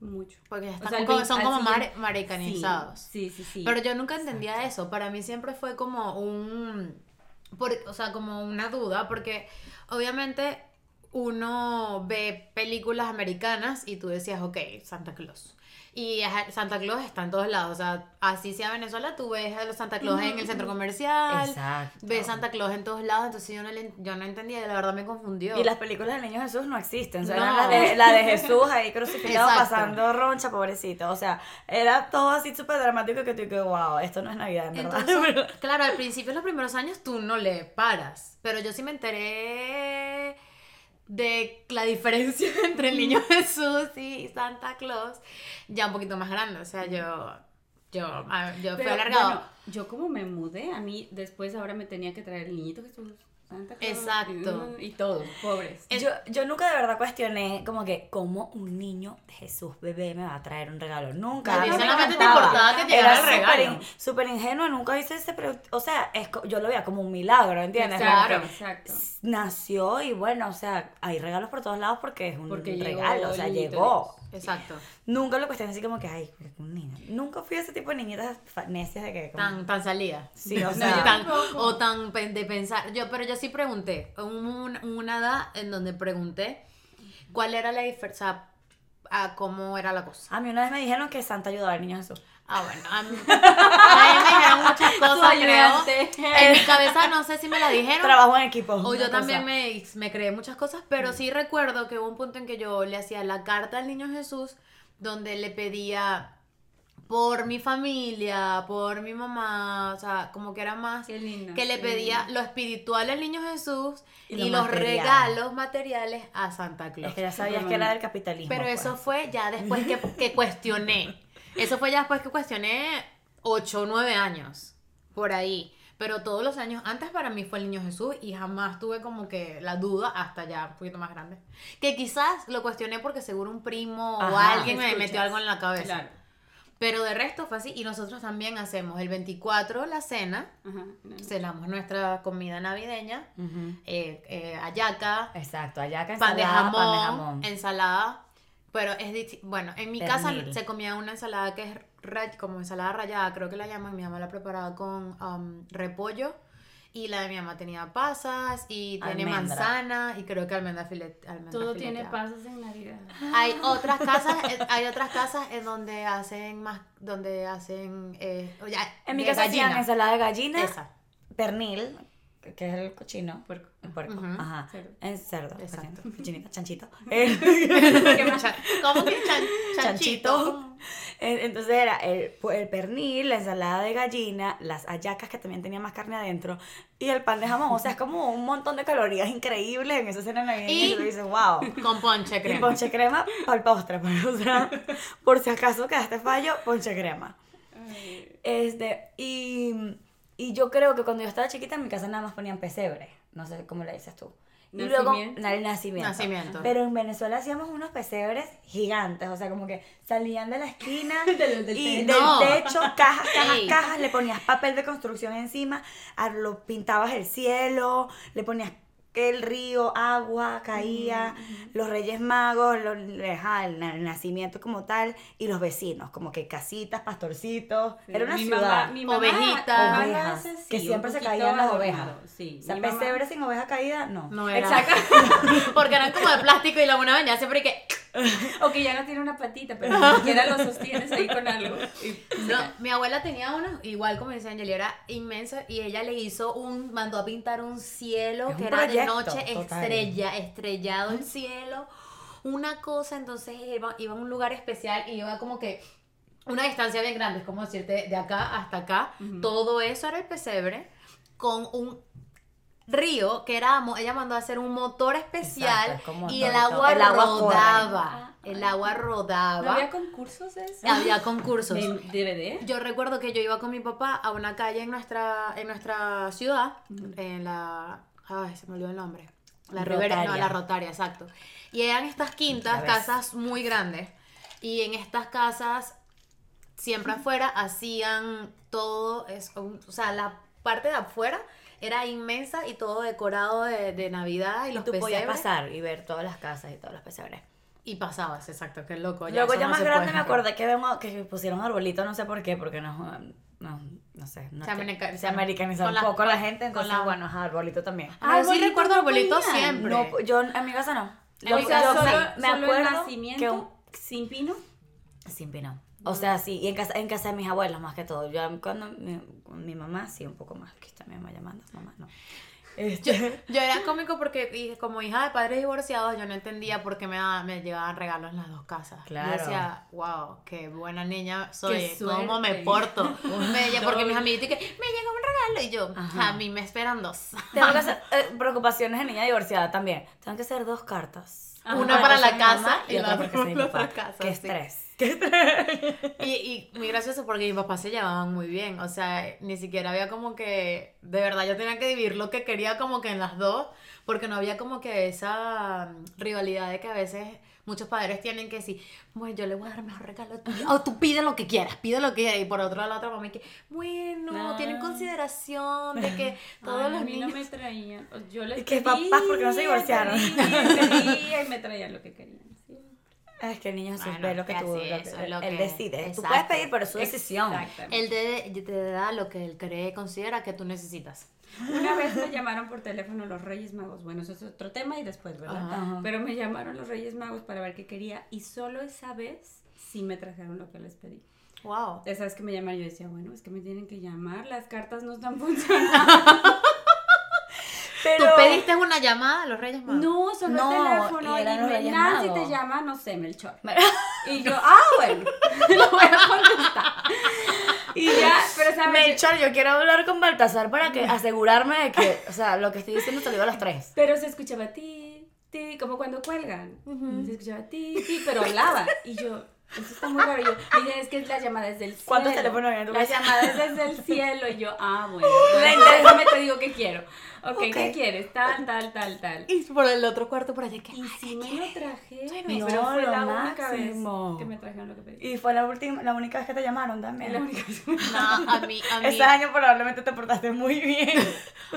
S3: Mucho.
S2: Porque están
S3: O sea, el
S2: como-
S3: vein-
S2: son
S3: al
S2: como mare-
S3: siguiente-
S2: maricanizados.
S3: Sí, sí, sí. sí.
S2: Pero yo nunca entendía eso. Para mí siempre fue como un. por- o sea, como una duda, porque obviamente uno ve películas americanas y tú decías, ok, Santa Claus. Y ajá, Santa Claus está en todos lados. O sea, así sea Venezuela, tú ves a los Santa Claus en el centro comercial.
S1: Exacto.
S2: Ves Santa Claus en todos lados, entonces yo no, le- yo no entendía, la verdad me confundió.
S1: Y las películas del niño Jesús no existen. O sea, eran
S2: No.
S1: la, de, la de Jesús ahí crucificado
S2: Exacto.
S1: pasando roncha, pobrecito. O sea, era todo así súper dramático que tú que wow, esto no es Navidad, en verdad.
S2: Entonces, claro, al principio, los primeros años, tú no le paras. Pero yo sí me enteré de la diferencia entre
S1: Mm.
S2: el niño Jesús y Santa Claus ya un poquito más grande. O
S1: Mm.
S2: sea, yo, yo, a- yo fui
S3: Pero,
S2: alargado.
S3: bueno, yo como me mudé, a mí después ahora me tenía que traer el niñito Jesús. Santa Claus,
S2: Exacto.
S3: Y, todo, pobres.
S1: yo, yo nunca de verdad cuestioné como que cómo un niño Jesús bebé me va a traer un regalo. Nunca.
S2: A ti
S1: no me
S2: solamente te
S1: encantaba.
S2: importaba que te
S1: Era
S2: llegara el
S1: súper
S2: regalo.
S1: in- Súper ingenuo, nunca hice ese... pre- O sea, es co- yo lo veía como un milagro, ¿entiendes?
S3: Exacto,
S2: Claro.
S3: Exacto.
S1: Nació y bueno, o sea, hay regalos por todos lados porque es un
S3: Porque llegó
S1: regalo, o
S3: el
S1: sea,
S3: niñito
S1: llegó.
S2: Exacto.
S1: Nunca lo cuestioné así como que, ay, un niño. Nunca fui ese tipo de niñitas fa- necias de que. como-
S2: Tan, tan salida.
S1: Sí, o
S2: O
S1: sea.
S2: sea,
S3: yo-
S2: tan- o tan pe- de pensar. Yo, pero yo sí pregunté. Hubo un- una edad en donde pregunté cuál era la diferencia, a cómo era la cosa.
S1: A mí una vez me dijeron que Santa ayudaba al niño Jesús.
S2: Ah, bueno, a mí, a mí me dijeron muchas cosas,
S3: ayudante.
S2: creo. En mi cabeza no sé si me la dijeron.
S1: Trabajo en equipo.
S2: o
S1: una
S2: yo también
S1: cosa. Mm.
S2: me, me creé muchas cosas, pero sí recuerdo que hubo un punto en que yo le hacía la carta al niño Jesús, donde le pedía por mi familia, por mi mamá, o sea, como que era más
S3: Qué lindo.
S2: que le
S3: qué
S2: pedía
S3: lindo.
S2: lo espiritual al niño Jesús
S1: Y
S2: y,
S1: lo
S2: los
S1: material.
S2: regalos materiales a Santa Claus.
S1: Es que ya sabías que era del capitalismo.
S2: Pero
S1: pues.
S2: eso fue ya después que, que cuestioné. Eso fue ya después que cuestioné 8 o 9 años, por ahí. Pero todos los años antes para mí fue el Niño Jesús y jamás tuve como que la duda hasta ya un poquito más grande. Que quizás lo cuestioné porque seguro un primo o
S1: Ajá,
S2: alguien me
S3: escuchas.
S2: metió algo en la cabeza.
S3: Claro.
S2: Pero de resto fue así y nosotros también hacemos el 24 la cena,
S3: Ajá.
S2: cenamos nuestra comida navideña,
S1: Ujú.
S2: eh, eh, hallaca,
S1: Exacto, allá acá
S2: pan de
S1: ensalada,
S2: jamón,
S1: pan de jamón.
S2: ensalada. Pero es disti- bueno, en mi
S1: Pernil.
S2: casa se comía una ensalada que es ra- como ensalada rallada, creo que la llaman, mi mamá la preparaba con um, repollo y la de mi mamá tenía pasas y tiene
S1: Almendra.
S2: manzana y creo que almendra filete. almendra
S3: Todo tiene
S2: fileteada.
S3: pasos en Navidad.
S2: Hay otras casas, eh, hay otras casas en donde hacen más, donde hacen eh, oye,
S1: En mi
S2: de
S1: casa hacían
S2: gallina.
S1: ensalada de gallina,
S2: Esa.
S1: pernil, que es el cochino.
S3: Puerco.
S1: el puerco,
S2: Ujú.
S1: ajá.
S3: Cerdo.
S1: En cerdo.
S2: Exacto.
S1: cochino, Cochinito, chanchito. Eh,
S2: ¿Cómo que chan- chanchito?
S1: chanchito. En- Entonces era el, pu- el pernil, la ensalada de gallina, las hallacas que también tenía más carne adentro y el pan de jamón. O sea, es como un montón de calorías increíbles en esa cena navideña.
S2: Y-
S1: Y tú dices, wow.
S2: Con ponche, creo.
S1: Y ponche crema para el postre, pues, o sea, por si acaso quedaste fallo, ponche crema.
S3: Ay.
S1: Este, y, y yo creo que cuando yo estaba chiquita en mi casa nada más ponían pesebre, no sé cómo le dices tú. Y luego,
S3: Nacimiento.
S1: na- el nacimiento.
S2: Nacimiento.
S1: Pero en Venezuela hacíamos unos pesebres gigantes, o sea, como que salían de la esquina
S3: Del- del
S1: y
S3: techo.
S1: del
S2: No.
S1: techo, cajas, cajas,
S2: Ey.
S1: cajas, le ponías papel de construcción encima, a- lo pintabas el cielo, le ponías el río, agua, caía,
S3: Mm,
S1: los reyes magos, los, ajá, el, na- el nacimiento como tal, y los vecinos, como que casitas, pastorcitos, era una
S3: mi
S1: ciudad.
S3: Mamá, mi mamá,
S2: Ovejitas.
S1: Ovejas,
S3: hace así,
S1: que
S3: un
S1: siempre se
S3: poquito
S1: caían las ovejas.
S3: adornado, Sí,
S1: O sea,
S3: mi mamá-
S1: pesebre sin oveja caída, no.
S2: No era.
S1: Exacto.
S2: Porque eran como de plástico y la buena venía siempre que.
S3: O que ya no tiene una patita, pero ni siquiera lo sostienes ahí con algo. Y-
S2: No, mi abuela tenía uno, igual como dice Angel, era inmenso y ella le hizo un, mandó a pintar un cielo
S1: Es un
S2: que era de
S1: proyecto,
S2: noche
S1: total.
S2: estrella, estrellado el cielo, una cosa, entonces iba, iba a un lugar especial y iba como que una distancia bien grande, es como decirte de acá hasta acá, todo eso era el pesebre con un río que era, mo- ella mandó a hacer un motor especial
S1: Exacto, como
S2: y
S1: motor,
S2: el agua,
S1: el agua corre.
S2: rodaba, el agua
S3: ¿No
S2: rodaba,
S3: había concursos de eso?
S2: había concursos.
S3: ¿De DVD?
S2: Yo recuerdo que yo iba con mi papá a una calle en nuestra, en nuestra ciudad, en la... Ay, se me olvidó el nombre. La Rivera, no,
S1: Rotaria.
S2: la Rotaria, exacto. Y eran estas quintas,
S1: Otra vez.
S2: casas muy grandes. Y en estas casas, siempre afuera, hacían todo, es, un- o sea, la parte de afuera era inmensa y todo decorado de, de Navidad y, los
S1: Tú podías
S2: pesebres.
S1: pasar y ver todas las casas y todos los pesebres.
S2: Y pasabas, exacto, qué loco.
S1: Luego
S2: eso
S1: ya
S2: no
S1: más
S2: se
S1: grande
S2: puede.
S1: me acordé que, vemos, que pusieron arbolitos, no sé por qué, porque no, no, no sé. No
S2: Se americanizaron.
S1: se americanizó
S2: Con
S1: un
S2: la-
S1: poco la gente,
S2: con
S1: entonces
S2: la-
S1: bueno, ajá, arbolito también.
S2: Ah, yo sí
S3: Arbolitos
S2: recuerdo
S3: no
S2: arbolitos
S3: ponían.
S2: siempre.
S1: No, yo en mi casa no.
S2: En
S1: Yo-
S2: mi
S1: yo
S2: casa
S1: sí,
S2: solo-
S1: me acuerdo
S3: el
S1: que
S3: nacimiento
S1: un-
S3: sin pino.
S1: sin pino. O sea, sí, y en casa, en casa de mis abuelos más que todo. Yo cuando mi, con mi mamá, sí, un poco más. Aquí está mi mamá llamando, mamá, no.
S2: Yo,
S1: Este,
S2: yo era cómico porque y como hija de padres divorciados yo no entendía por qué me, daba- me llevaban regalos en las dos casas. Yo
S1: Claro.
S2: decía, wow, qué buena niña soy,
S3: Qué
S2: cómo me
S3: suerte".
S2: porto. Me- ya porque mis
S3: Doble.
S2: amiguitos que me llegó un regalo y yo,
S1: Ajá.
S2: a mí me esperan dos.
S1: tengo que hacer eh, preocupaciones de niña divorciada también. Tengo que hacer dos cartas.
S3: Ajá.
S2: Una para la
S1: casa de mi mamá
S2: casa y, la
S1: para casa
S2: otra
S1: de
S2: para
S1: mi
S2: la
S1: papá.
S2: otra casa.
S1: Qué
S2: sí.
S1: estrés.
S2: Y, y muy gracioso porque mis papás se llevaban muy bien, o sea, ni siquiera había como que, de verdad yo tenía que vivir lo que quería como que en las dos, porque no había como que esa mm, rivalidad de que a veces muchos padres tienen que decir, bueno, yo le voy a dar el mejor regalo, tú- o tú pide lo que quieras, pide lo que quieras, y por otro lado la otra mamá y que, bueno, tienen
S1: Ah.
S2: consideración de que todos
S3: Ay,
S2: los
S3: a mí
S2: niños...
S3: no me traían. O- Yo les
S1: Es que papás, porque no se divorciaron.
S3: pedía, pedía y me traían lo que querían. sí.
S1: Es que el niño Jesús
S2: Bueno,
S1: ve lo que
S2: ya
S1: tú.
S2: sé,
S1: lo que-
S2: eso es lo
S1: él
S2: que-
S1: decide. Tú
S2: exacto.
S1: puedes pedir, pero es su decisión.
S3: Exactamente.
S2: Él te, te da lo que él cree, considera que tú necesitas.
S3: Una vez me llamaron por teléfono los Reyes Magos. Bueno, eso es otro tema y después, ¿verdad?
S1: Ajá.
S3: Pero me llamaron los Reyes Magos para ver qué quería y solo esa vez sí me trajeron lo que les pedí.
S2: Wow.
S3: Esa vez que me llamaron yo decía, bueno, es que me tienen que llamar, las cartas no están funcionando.
S1: Pero,
S2: ¿Tú pediste una llamada a los Reyes Magos?
S3: No, solo
S1: No,
S3: el teléfono
S1: y
S3: y,
S1: eran los
S3: me-
S1: Reyes
S3: Nancy
S1: Magos.
S3: te llama, no sé, Melchor. Y yo, ah, bueno, lo voy a contestar. Y ya, pero sabes,
S1: Melchor, yo quiero hablar con Baltasar para que asegurarme de que, o sea, lo que estoy diciendo te lo digo a los tres.
S3: Pero se escuchaba ti, ti, como cuando cuelgan. Se escuchaba ti, ti, pero hablaba. Y yo, eso está muy raro. Y yo, mira, es que la llamada es del cielo.
S1: ¿Cuántos teléfonos había en tu
S3: La
S1: casa?
S3: llamada es desde el cielo. Y yo, ah, bueno. Entonces, déjame te digo qué quiero. ok, ¿qué
S1: Ok.
S3: quieres? Tal, tal, tal, tal.
S2: Y por el otro cuarto por allá que.
S3: Y si me lo traje,
S1: No,
S3: pero fue
S1: lo
S3: la única
S1: máximo.
S3: vez que me trajeron lo que pedí.
S1: Y fue la última, la única vez que te llamaron
S3: Es la
S1: también.
S3: única vez que me
S2: No, a mí, a mí,
S1: Ese año probablemente te portaste muy bien.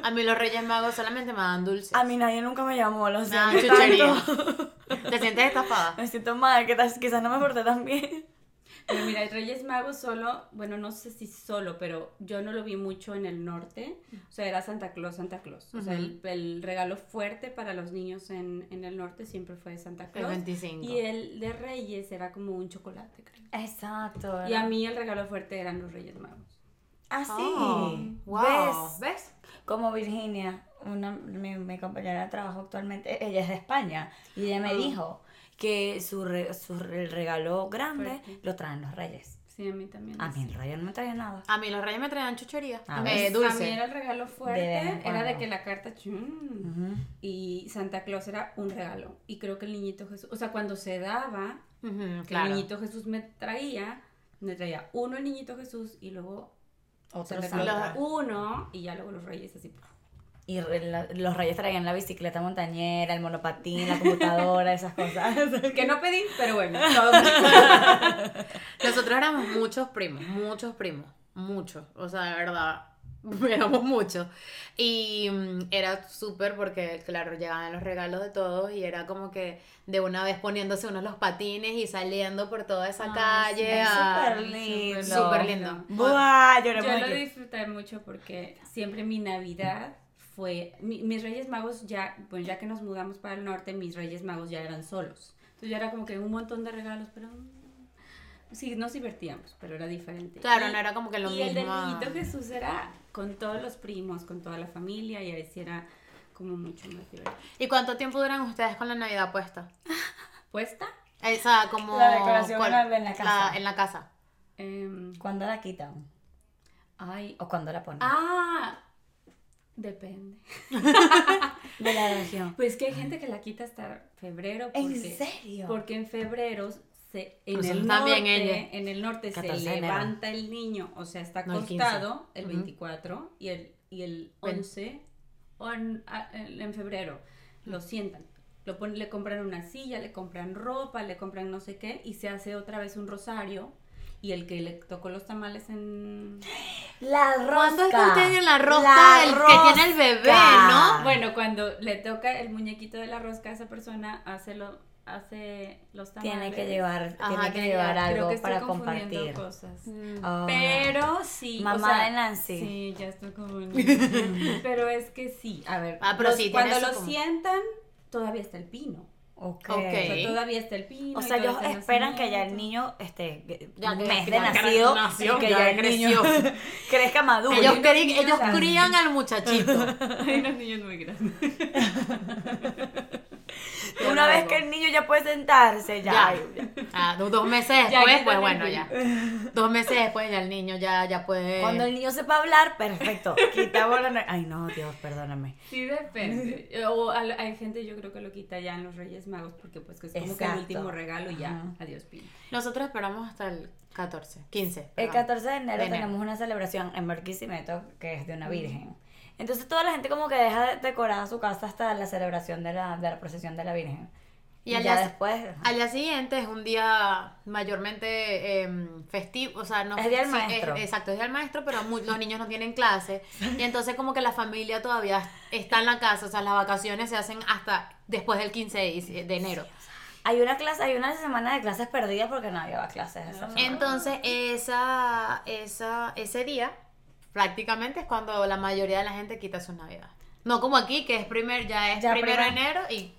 S2: a mí los Reyes Magos solamente me dan dulces.
S1: A mí nadie nunca me llamó, lo
S2: Me dan
S1: siento.
S2: chucherías.
S1: tanto.
S2: ¿Te sientes estafada?
S1: Me siento mal, que tal- quizás no me porté tan bien.
S3: Pero mira, el Reyes Magos solo, bueno, no sé si solo, pero yo no lo vi mucho en el norte. O sea, era Santa Claus, Santa Claus. O sea, el, el regalo fuerte para los niños en, en el norte siempre fue Santa
S2: El
S3: Claus.
S2: 25.
S3: Y el de Reyes era como un chocolate, creo.
S1: Exacto.
S3: Y a mí el regalo fuerte eran los Reyes Magos.
S1: Así.
S2: Oh, wow.
S1: Ah, ¿Ves?
S2: ¿Ves?
S1: Como Virginia, una, mi, mi compañera de trabajo actualmente, ella es de España, y ella
S3: Ah.
S1: me dijo que su, re- su re- el regalo grande
S3: Fuerte.
S1: lo traen los reyes.
S3: Sí, a mí también.
S1: A mí el rey no me trae nada.
S3: Ah.
S2: A mí los Reyes me traían chuchería.
S1: Ah,
S2: Pues, Eh,
S1: ¿ves?
S3: A mí
S2: dulce.
S3: era el regalo fuerte,
S1: De vez en
S3: era de
S1: cuando.
S3: que la carta chun, y Santa Claus era un regalo. Y creo que el niñito Jesús, o sea, cuando se daba,
S2: Ujú,
S3: que el niñito Jesús me traía, me traía uno el niñito Jesús y luego
S1: Otro
S3: Santa
S1: Santa.
S3: Claus uno y ya luego los reyes así.
S1: Y re- la- los reyes traían la bicicleta montañera, el monopatín, la computadora, esas cosas.
S3: Que no pedí, pero bueno.
S2: Nosotros éramos muchos primos, muchos primos, muchos. O sea, de verdad, éramos muchos. Y mm, era súper porque, claro, llegaban los regalos de todos y era como que de una vez poniéndose unos los patines y saliendo por toda esa calle.
S1: es
S2: a-
S1: súper lindo.
S2: Súper lindo.
S1: Buah, yo
S3: Yo lo disfruté mucho porque siempre mi Navidad fue. mi- mis Reyes Magos ya, bueno, ya que nos mudamos para el norte, mis Reyes Magos ya eran solos. Entonces ya era como que un montón de regalos, pero. mm, Sí, nos divertíamos, pero era diferente.
S2: Claro,
S3: Y-
S2: no era como que lo
S3: y
S2: mismo.
S3: el del
S2: a-
S3: niñito Jesús era con todos los primos, con toda la familia, y así era como mucho más divertido.
S2: ¿Y cuánto tiempo duran ustedes con la Navidad puesta?
S3: ¿Puesta?
S2: O sea, como...
S1: La decoración en la- en la casa.
S2: en la casa.
S3: Em,
S1: ¿Cuándo la quitan?
S3: ay.
S1: ¿O cuándo la ponen?
S3: Ah, depende.
S1: De la región.
S3: Pues que hay gente que la quita hasta febrero.
S1: ¿En
S3: porque-
S1: serio?
S3: Porque en febrero se, en,
S1: Pues
S2: Nosotros
S3: el norte,
S2: también, ella.
S3: en el norte se
S1: 14 de enero.
S3: levanta el niño, o sea, está
S2: No, el 15.
S3: acostado el,
S2: Ujú.
S3: 24 y el, y el
S2: Ven.
S3: 11 o en, a- en- en febrero lo sientan. Lo ponen, le compran una silla, le compran ropa, le compran no sé qué y se hace otra vez un rosario y el que le tocó los tamales en...
S1: La rosca.
S2: ¿Cuándo es que ustedes tienen la rosca? el que tiene el bebé,
S1: Ah.
S2: ¿no?
S3: Ah, Bueno, cuando le toca el muñequito de la rosca a esa persona, hace, lo, hace los tamales.
S1: Tiene que llevar,
S2: Ajá,
S1: tiene que
S2: tiene que
S1: llevar
S2: llevar.
S1: algo
S3: Creo que estoy
S1: para
S3: confundiendo
S1: compartir.
S3: cosas.
S1: Ah.
S3: Pero sí. o
S1: Mamá
S3: sea,
S1: de Nancy.
S3: Sí, ya estoy confundiendo. pero es que sí. A ver,
S2: Ah, pero
S3: los-
S2: sí, tiene
S3: cuando
S2: eso
S3: lo
S2: como-
S3: sientan, todavía está el pino.
S1: Ok.
S3: O sea,
S2: Sí.
S3: todavía está el pino.
S1: O sea,
S3: y todo
S1: ellos
S3: está
S1: esperan que ya el
S3: nacimiento.
S1: niño esté
S2: Ya
S1: un
S2: que-
S1: mes
S2: que
S1: de
S2: ya
S1: nacido,
S2: creció,
S1: y que
S2: ya
S1: ya, el
S2: creció.
S1: niño crezca maduro.
S2: Ellos,
S3: Oye,
S2: cri-
S3: niños
S2: ellos
S3: grandes.
S2: crían al muchachito.
S3: Hay unos niños muy grandes.
S1: Una vez que el niño ya puede sentarse, ya.
S2: Ya.
S1: ay, ya.
S2: Ah, do- dos meses
S3: Ya,
S2: después,
S3: que
S2: pues
S3: sale
S2: bueno,
S3: el
S2: ya. Dos meses después ya el niño ya, ya puede.
S1: Cuando el niño sepa hablar, perfecto. Quitamos la... Ay, no, Dios, perdóname.
S3: Sí, depende. O al- hay gente, yo creo que lo quita ya en los Reyes Magos porque, pues, que es como que
S1: Exacto.
S3: el último regalo y ya.
S1: Ajá.
S3: Adiós, pino.
S2: Nosotros esperamos hasta el 14, 15.
S1: El
S2: perdón.
S1: 14 de enero,
S2: De enero.
S1: tenemos una celebración en Barquisimeto que es de una virgen. Entonces toda la gente como que deja de- decorada su casa hasta la celebración de la, de la procesión de la virgen.
S2: Y
S1: Y,
S2: al
S1: ya
S2: día-
S1: después... ajá.
S2: Al día siguiente es un día mayormente em, festivo, o sea, no
S1: Es Día del
S2: sí,
S1: Maestro.
S2: es- exacto, es día del maestro, pero mu- los niños no tienen clase y entonces como que la familia todavía está en la casa, o sea, las vacaciones se hacen hasta después del 15 de dic- de enero.
S1: Hay una clase, hay una semana de clases perdidas porque no lleva clases. esa semana.
S2: Entonces, esa, esa, ese día prácticamente es cuando la mayoría de la gente quita su Navidad. No como aquí, que es primer, ya es
S1: Ya
S2: primero de
S1: primero.
S2: enero y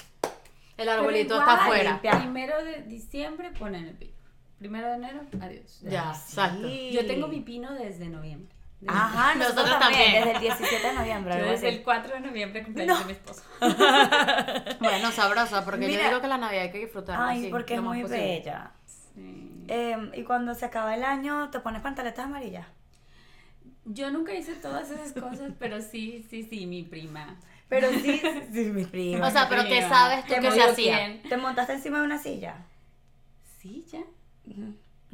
S2: el
S3: Pero
S2: arbolito
S3: igual,
S2: está afuera.
S1: Ya.
S3: Primero de diciembre ponen el pino. Primero de enero, adiós.
S2: Ya,
S1: Sí.
S2: exacto.
S3: Yo tengo mi pino desde noviembre. Desde-
S1: Ajá, nosotros,
S2: Nosotros
S1: también.
S2: también.
S1: Desde el 17 de noviembre,
S3: Yo
S1: algo
S3: desde
S1: así.
S3: el 4 de noviembre cumpleaños de mi esposo.
S2: Bueno, sabrosa, porque yo
S1: Mira.
S2: digo que la Navidad hay que disfrutarla.
S1: Ay,
S2: así,
S1: porque
S2: lo
S1: es
S2: más
S1: muy
S2: posible.
S1: bella. Eh, y cuando se acaba el año, te pones pantaletas amarillas.
S3: Yo nunca hice todas esas cosas, pero sí, sí, sí, mi prima.
S1: Pero sí, sí, mi prima.
S2: O sea, pero
S3: Prima.
S2: ¿qué sabes tú
S3: ¿Te
S2: que se
S3: movió
S2: hacía?
S3: quién?
S1: te montaste encima de una silla
S3: Sí, ya.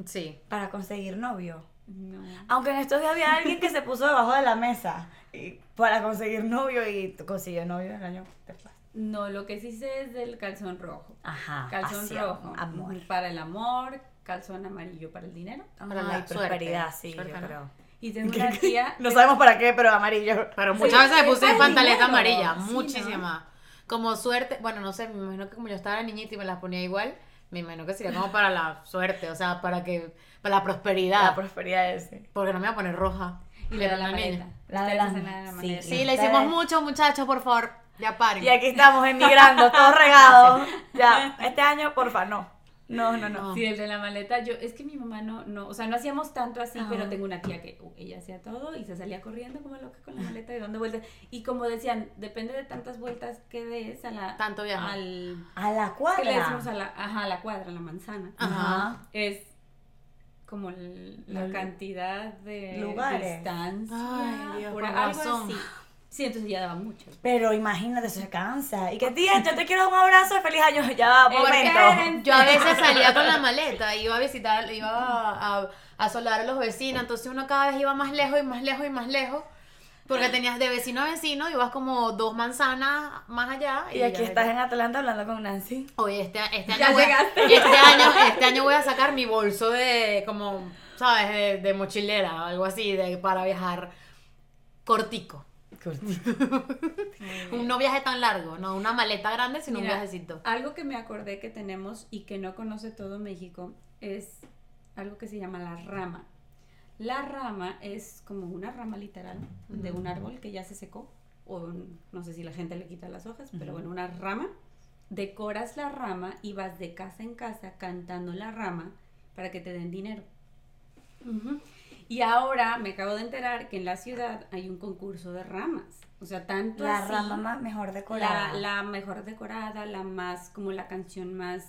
S2: Sí.
S1: para conseguir novio.
S3: No.
S1: Aunque en estos días había alguien que se puso debajo de la mesa y- para conseguir novio y consiguió novio el año después.
S3: No, lo que sí sé es del calzón rojo.
S1: Ajá.
S3: Calzón
S1: hacia
S3: rojo.
S1: Ah, Amor. Ah.
S3: Para el amor, calzón amarillo para el dinero.
S1: Para
S2: Ay,
S1: la
S2: suerte,
S1: prosperidad, sí,
S2: suerte,
S1: yo
S2: ¿no?
S1: creo.
S3: Y tengo una tía.
S1: No sabemos para qué, pero amarillo.
S2: Pero muchas veces me
S3: es
S2: puse
S3: para el
S2: pantaleta
S3: dinero,
S2: amarilla,
S3: sí, ¿no?
S2: muchísimas. Como suerte, bueno, no sé, me imagino que como yo estaba niñita y me las ponía igual, me imagino que sería como para la suerte, o sea, para que para la
S1: La
S2: prosperidad,
S1: prosperidad es.
S2: porque no me voy a poner roja.
S3: Y la de la
S2: Pero niña.
S3: maleta.
S1: La de
S3: Ustedes
S1: la-
S3: hacen la de la
S1: sí.
S3: maleta.
S2: Sí, le
S1: Ustedes-
S2: hicimos mucho, muchachos, por favor, ya paren.
S1: Y aquí estamos emigrando, todos regados. Ya, este año, porfa, no. No, no, no.
S2: No.
S3: Sí, el de la maleta, yo, es que mi mamá no, no, o sea, no hacíamos tanto así,
S1: Ajá.
S3: pero tengo una tía que uh, ella hacía todo y se salía corriendo como loca con la maleta y dando vueltas. Y como decían, depende de tantas vueltas que des a la...
S2: Tanto viaje.
S3: Al,
S1: A la cuadra.
S3: ¿Qué le decimos a la, ajá, a la cuadra, a la manzana?
S2: Ajá.
S3: Es como el- la
S1: Lu-
S3: cantidad de
S1: Lugares.
S3: distancia,
S2: Ay, Dios,
S3: por
S2: con
S3: algo
S2: razón.
S3: así. Sí, entonces ya daba mucho.
S1: Pero imagínate, eso se cansa. Y que tía, yo te quiero dar un abrazo de feliz año. Ya va,
S3: Eh,
S1: momento.
S3: Karen.
S2: Yo a veces salía con la maleta, iba a visitar, iba a, a, a soldar a los vecinos, entonces uno cada vez iba más lejos y más lejos y más lejos. Porque tenías de vecino a vecino, ibas como dos manzanas más allá.
S1: Y aquí
S2: ya
S1: estás
S2: era.
S1: en Atlanta hablando con Nancy.
S2: Oye, este, este
S3: Ya
S2: año voy, a-
S3: llegaste.
S2: este año, este año voy a sacar mi bolso de, como, ¿sabes? De, de mochilera o algo así, de, para viajar cortico. Un no viaje tan largo, no una maleta grande, sino
S3: Mira,
S2: un viajecito.
S1: Ah,
S3: Algo que me acordé que tenemos y que no conoce todo México es algo que se llama la rama. La rama es como una rama literal de un árbol que ya se secó, o un- no sé si la gente le quita las hojas, pero bueno, una rama. Decoras la rama y vas de casa en casa cantando la rama para que te den dinero. Ujú. Y ahora me acabo de enterar que en la ciudad hay un concurso de ramas. O sea, tanto
S1: La
S3: así-
S1: rama más mejor
S3: la,
S1: decorada.
S3: la mejor decorada, la más, como la canción más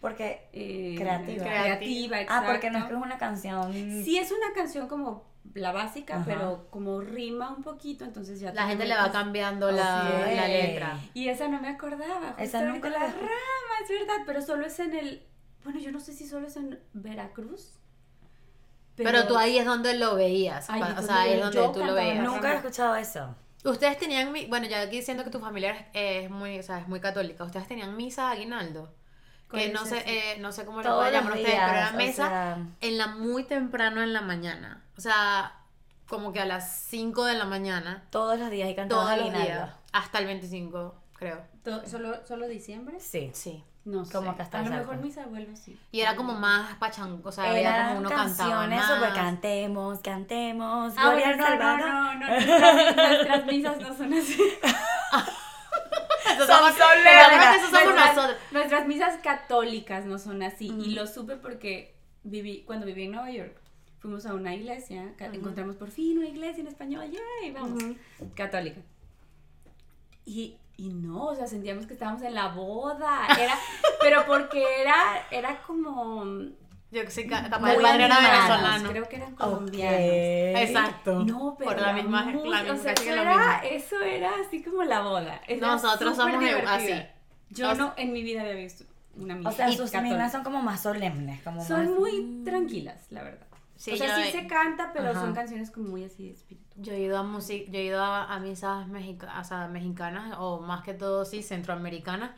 S1: Porque.
S3: eh,
S1: Creativa.
S3: creativa,
S1: Ah, porque no es que
S3: exacto.
S1: es una canción.
S3: Sí, es una canción como la básica,
S1: Ajá.
S3: pero como rima un poquito, entonces ya
S2: La
S3: te
S2: gente le
S3: metes.
S2: va cambiando
S1: Así
S2: la,
S1: es.
S2: la letra.
S3: Y esa no me acordaba.
S1: Esa
S3: Esa
S1: nunca
S3: nunca
S1: la-
S3: la rama, es verdad, pero solo es en el. Bueno, yo no sé si solo es en Veracruz.
S2: Pero, tú ahí es donde lo veías.
S3: Ahí
S2: pa-
S3: es
S2: o
S3: donde
S2: sea, ahí es
S3: yo
S2: donde tú lo
S3: cantaba,
S2: veías.
S3: no.
S1: Nunca he escuchado eso.
S2: Ustedes tenían. mi- Bueno, ya aquí siento que tu familia es, es muy, o sea, es muy católica. Ustedes tenían misa de aguinaldo.
S3: ¿Cuál
S2: Que
S3: es
S2: no sé,
S3: esa?
S2: eh, no sé cómo lo
S1: Todos
S2: pueden llamar
S1: los
S2: ustedes, pero era
S1: días, o
S2: mesa
S1: sea-
S2: en la muy temprano en la mañana. O sea, como que a las 5 de la mañana.
S1: Todos los días y cantando
S2: Todos los
S1: aguinaldo.
S2: días. Hasta el 25, creo.
S3: To- ¿Solo, ¿Solo diciembre?
S1: Sí.
S2: Sí.
S3: No sé.
S1: Como que hasta
S3: A lo
S1: el
S3: mejor
S1: sábado.
S3: mis abuelos sí.
S2: Y era como más pachango. O sea, era como
S1: Eran
S2: uno cantaba.
S1: canciones súper
S2: Más.
S1: cantemos, cantemos,
S3: Ah,
S1: gloria
S3: bueno,
S1: al
S3: no, no,
S1: Salvador.
S3: no, no, nuestras, nuestras misas no son así.
S1: Son
S2: Eso somos-
S1: solemnes.
S2: realmente eso somos
S3: nuestras,
S2: nosotros.
S3: nuestras misas católicas no son así. Y lo supe porque viví, cuando viví en Nueva York, fuimos a una iglesia, ca- encontramos por fin una iglesia en español, ¡yay! Vamos, católica. Y, y no, o sea, sentíamos que estábamos en la boda. Era, pero porque era, era como.
S2: Yo que sé, ca- capaz
S1: Muy
S2: el padre era
S1: animados,
S2: venezolano.
S3: Creo que eran
S1: Ok.
S3: colombianos.
S2: Exacto.
S3: No, pero
S2: Por la
S3: era
S2: misma,
S3: muy-
S2: la misma-
S3: o sea,
S2: casi que
S3: eso
S2: lo
S3: era,
S2: mismo.
S3: eso era así como la boda. Era
S2: Nosotros
S3: súper
S2: somos
S3: divertida.
S2: así.
S3: Yo
S2: O sea-
S3: no en mi vida había visto una misa.
S1: O sea,
S2: Y
S1: sus
S3: católica.
S1: mismas son como más solemnes, como más...
S3: son muy tranquilas, la verdad.
S2: Sí,
S3: o sea,
S2: yo-
S3: sí se canta, pero
S1: Ajá.
S3: son canciones como muy así de espíritu.
S2: Yo he ido a musi- yo he ido a, a misas mexica- o sea, mexicanas o más que todo sí centroamericanas